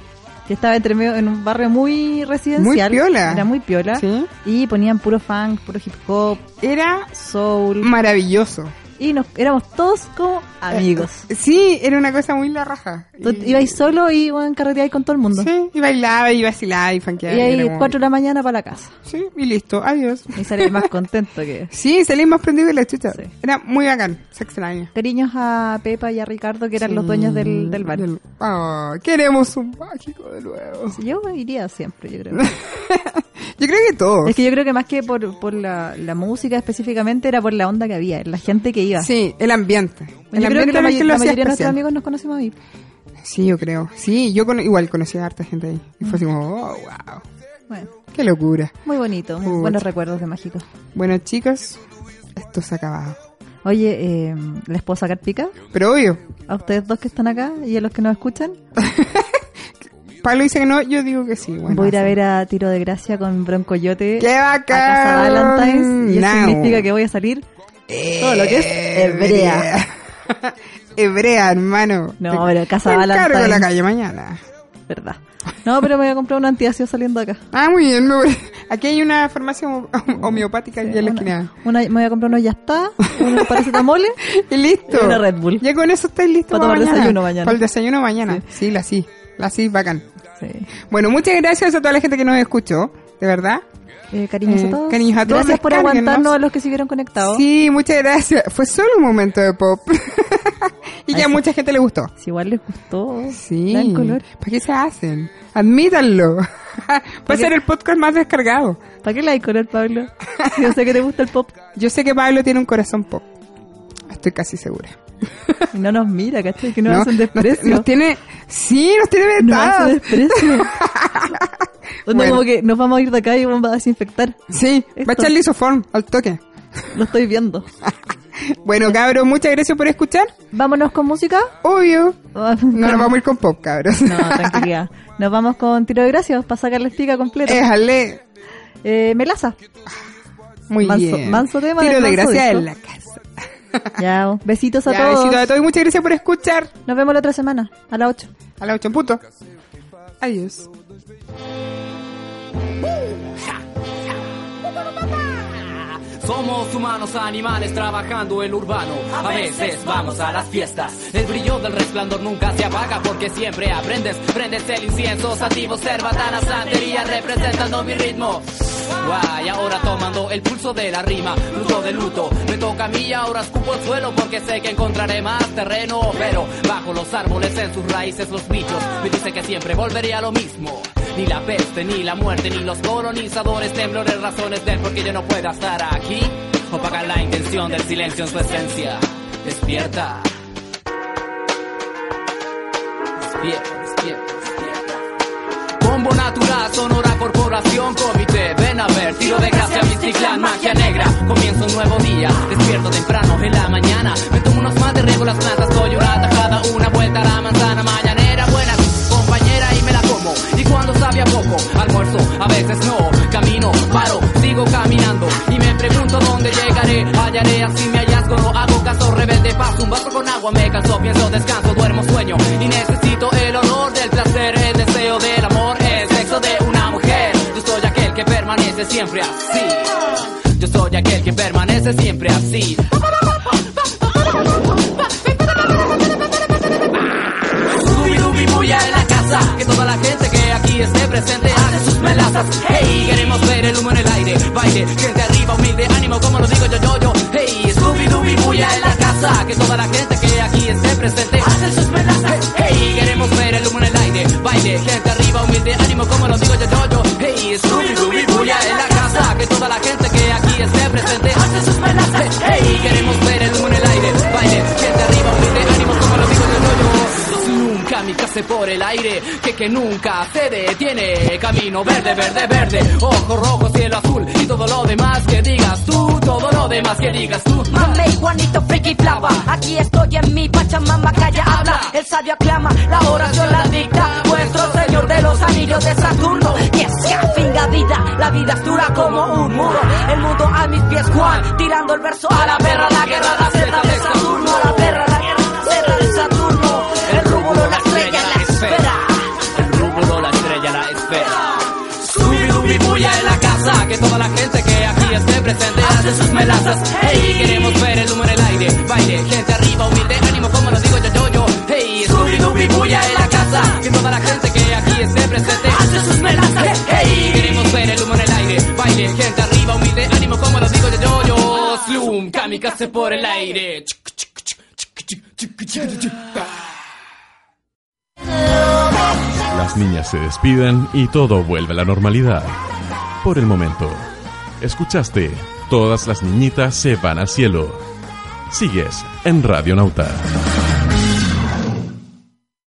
Speaker 2: que estaba entre medio, en un barrio muy residencial.
Speaker 3: Muy piola.
Speaker 2: Era muy piola.
Speaker 3: Sí.
Speaker 2: Y ponían puro funk, puro hip hop,
Speaker 3: Era
Speaker 2: soul.
Speaker 3: Mm. maravilloso. Eh,
Speaker 2: y nos éramos todos como amigos.
Speaker 3: Sí, era una cosa muy la raja.
Speaker 2: Tú ibais solo y bueno, carreteabais con todo el mundo.
Speaker 3: Eh, Sí, y bailaba y vacilaba y
Speaker 2: Y
Speaker 3: funkeaba. era
Speaker 2: ahí
Speaker 3: como-
Speaker 2: 4 de la mañana para la casa.
Speaker 3: Sí, y listo, adiós.
Speaker 2: Y salí más contento que...
Speaker 3: Sí, salí más prendido de la chucha.
Speaker 2: Sí.
Speaker 3: Era muy bacán, se extraña.
Speaker 2: Cariños a Pepa y a Ricardo, que eran los dueños del, del bar.
Speaker 3: Mm, Del- Ah, queremos un mágico de nuevo.
Speaker 2: Yo iría siempre, yo creo.
Speaker 3: Yo creo que todos.
Speaker 2: es que yo creo que más que por, por la, la música específicamente, era por la onda que había, la gente que iba.
Speaker 3: Sí, el ambiente. El
Speaker 2: yo creo
Speaker 3: ambiente
Speaker 2: que
Speaker 3: era
Speaker 2: la,
Speaker 3: el
Speaker 2: may-
Speaker 3: que lo
Speaker 2: la
Speaker 3: hacía
Speaker 2: mayoría de nuestros
Speaker 3: especial.
Speaker 2: amigos nos conocimos ahí.
Speaker 3: Sí, yo creo. Sí, yo cono- igual conocí a harta gente ahí. Y fue así como, oh, wow,
Speaker 2: Bueno,
Speaker 3: qué locura.
Speaker 2: muy bonito,
Speaker 3: Pucha.
Speaker 2: buenos recuerdos de Mágico.
Speaker 3: Bueno, chicos, esto se ha acabado.
Speaker 2: Oye, eh, ¿les puedo sacar pica?
Speaker 3: Pero obvio,
Speaker 2: A ustedes dos que están acá y a los que nos escuchan,
Speaker 3: Pablo dice que no, yo digo que sí. Bueno,
Speaker 2: voy a ir a
Speaker 3: así.
Speaker 2: ver a Tiro de Gracia con Broncoyote
Speaker 3: ¡Qué
Speaker 2: a Casa
Speaker 3: bacán!
Speaker 2: Valentine's y eso
Speaker 3: Now.
Speaker 2: significa que voy a salir todo lo que es hebrea.
Speaker 3: Eh, hebrea, hermano.
Speaker 2: No, pero Casa
Speaker 3: Me encargo
Speaker 2: Valentine's.
Speaker 3: la calle mañana.
Speaker 2: ¿Verdad? No, pero me voy a comprar un antiácido saliendo de acá.
Speaker 3: Ah, muy bien. me voy. Aquí hay una farmacia hom- homeopática aquí en la
Speaker 2: Una-
Speaker 3: esquina.
Speaker 2: una- me voy a comprar unos ya está, unos paracetamoles.
Speaker 3: Y listo.
Speaker 2: Y una Red Bull.
Speaker 3: Ya con eso estáis listos
Speaker 2: Para tomar desayuno mañana.
Speaker 3: Para el desayuno mañana. Sí, la sí. La sí, bacán.
Speaker 2: Sí.
Speaker 3: Bueno, muchas gracias a toda la gente que nos escuchó. De verdad.
Speaker 2: Eh, cariños
Speaker 3: Eh,
Speaker 2: a todos.
Speaker 3: cariños a todos,
Speaker 2: Gracias por
Speaker 3: descárguenos.
Speaker 2: aguantarnos a los que siguieron conectados.
Speaker 3: Sí, muchas gracias. Fue solo un momento de pop. y que a
Speaker 2: Eso.
Speaker 3: mucha gente le gustó.
Speaker 2: Si igual les gustó,
Speaker 3: Sí.
Speaker 2: dan color.
Speaker 3: ¿Para qué se hacen? Admítanlo. Va a ser el podcast más descargado.
Speaker 2: ¿Para qué le hay color, Pablo? Si yo sé que te gusta el pop
Speaker 3: Yo sé que Pablo tiene un corazón pop. Estoy casi segura.
Speaker 2: y no nos mira, ¿cachai? Que no,
Speaker 3: ¿No?
Speaker 2: hacen desprecio.
Speaker 3: Nos, nos tiene... Sí, nos tiene
Speaker 2: No hace
Speaker 3: vetados.
Speaker 2: desprecio. Onda
Speaker 3: Bueno.
Speaker 2: como que nos vamos a ir de acá y vamos a desinfectar.
Speaker 3: Sí, va a
Speaker 2: Esto.
Speaker 3: echar lisoform al toque.
Speaker 2: Lo estoy viendo.
Speaker 3: Bueno, cabros, muchas gracias por escuchar.
Speaker 2: Vámonos con música.
Speaker 3: Obvio.
Speaker 2: No
Speaker 3: No nos vamos a ir con pop, cabros.
Speaker 2: No, tranquilidad. Nos vamos con tiro de gracias para sacar la espiga completa.
Speaker 3: Déjale.
Speaker 2: Eh, melaza.
Speaker 3: Muy
Speaker 2: Manso-
Speaker 3: bien.
Speaker 2: manso tema
Speaker 3: Tiro
Speaker 2: del
Speaker 3: de
Speaker 2: manso
Speaker 3: gracia
Speaker 2: disco.
Speaker 3: en la casa.
Speaker 2: Ya, besitos a
Speaker 3: Ya,
Speaker 2: todos.
Speaker 3: besitos a todos y muchas gracias por escuchar.
Speaker 2: Nos vemos la otra semana, a las 8.
Speaker 3: A las 8 en punto. Adiós.
Speaker 9: Somos humanos, animales trabajando en lo urbano. A veces vamos a las fiestas. El brillo del resplandor nunca se apaga porque siempre aprendes. Prendes el incienso, sativo, cerbatana, santería, representando mi ritmo. Guay, ahora tomando el pulso de la rima, luto de luto. Me toca a mí y ahora escupo el suelo porque sé que encontraré más terreno. Pero bajo los árboles, en sus raíces, los bichos me dicen que siempre volvería a lo mismo. Ni la peste, ni la muerte, ni los colonizadores, temblores, razones del por qué yo no pueda estar aquí. Opacan la intención del silencio en su esencia. Despierta. Despierta, despierta, despierta. Combo natural, sonora corporación, comité, ven a ver, tiro de gracia, misticlan, magia negra. Comienza un nuevo día, despierto temprano en la mañana. Me tomo unos mates, riego las plantas, doy una tajada, una vuelta a la manzana mañanera. Buenas, compañera, y me la como. Y cuando sabe a poco, almuerzo, a veces no, camino, paro, sigo caminando y me pregunto dónde llegaré. Hallaré así mi hallazgo, no hago caso rebelde. Paso un vaso con agua, me canso, pienso, descanso, duermo, sueño. Y necesito el olor del placer, el deseo del amor, el sexo de una mujer. Yo soy aquel que permanece siempre así. Yo soy aquel que permanece siempre así. Scooby-Dooby, voy a la casa Que toda la gente que aquí esté presente hace sus melazas Hey, queremos ver el humo en el aire Baile, gente arriba, humilde, ánimo Como lo digo yo, yo, yo Hey, Scooby-Dooby, voy a la casa Que toda la gente que aquí esté presente hace sus melazas Hey, queremos ver el humo en el aire Baile, gente arriba, humilde, ánimo Como lo digo yo, yo, yo Hey, Scooby-Dooby, voy a la casa Que toda la gente que aquí esté presente hace sus melazas Hey, queremos ver el humo en el aire Baile, gente arriba, humilde, ánimo Como lo digo yo, yo, yo nunca mi casa por el aire que que nunca se detiene camino verde verde verde ojo rojo cielo azul y todo lo demás que digas tú todo lo demás que digas tú
Speaker 10: Mamey, Juanito, Friki, Flava Aquí estoy en mi Pachamama, calla, habla El sabio aclama, la oración la dicta Vuestro señor de los anillos de Saturno Que sea finga vida, la vida es dura como un muro El mundo a mis pies, Juan Tirando el verso a la perra, la guerra, la seta de Saturno La perra, la guerra, la seta de Saturno El rúbulo, la estrella, la espera
Speaker 9: El rúbulo, la estrella, la espera. Scooby-Dooby, bulla en la casa. Que toda la gente que aquí esté presente hace sus melazas. Hey, queremos ver el humo en el aire. Baile, gente arriba, humilde, ánimo, como lo digo yo, yo, yo. Hey, Scooby-Dooby, bulla en la casa. Que toda la gente que aquí esté presente hace sus melazas. Hey, queremos ver el humo en el aire. Baile, gente arriba, humilde, ánimo, como lo digo yo, yo, yo. Slum, kamikaze por el aire.
Speaker 1: Las niñas se despiden y todo vuelve a la normalidad. Por el momento. Escuchaste, todas las niñitas se van al cielo. Sigues en Radio Nauta.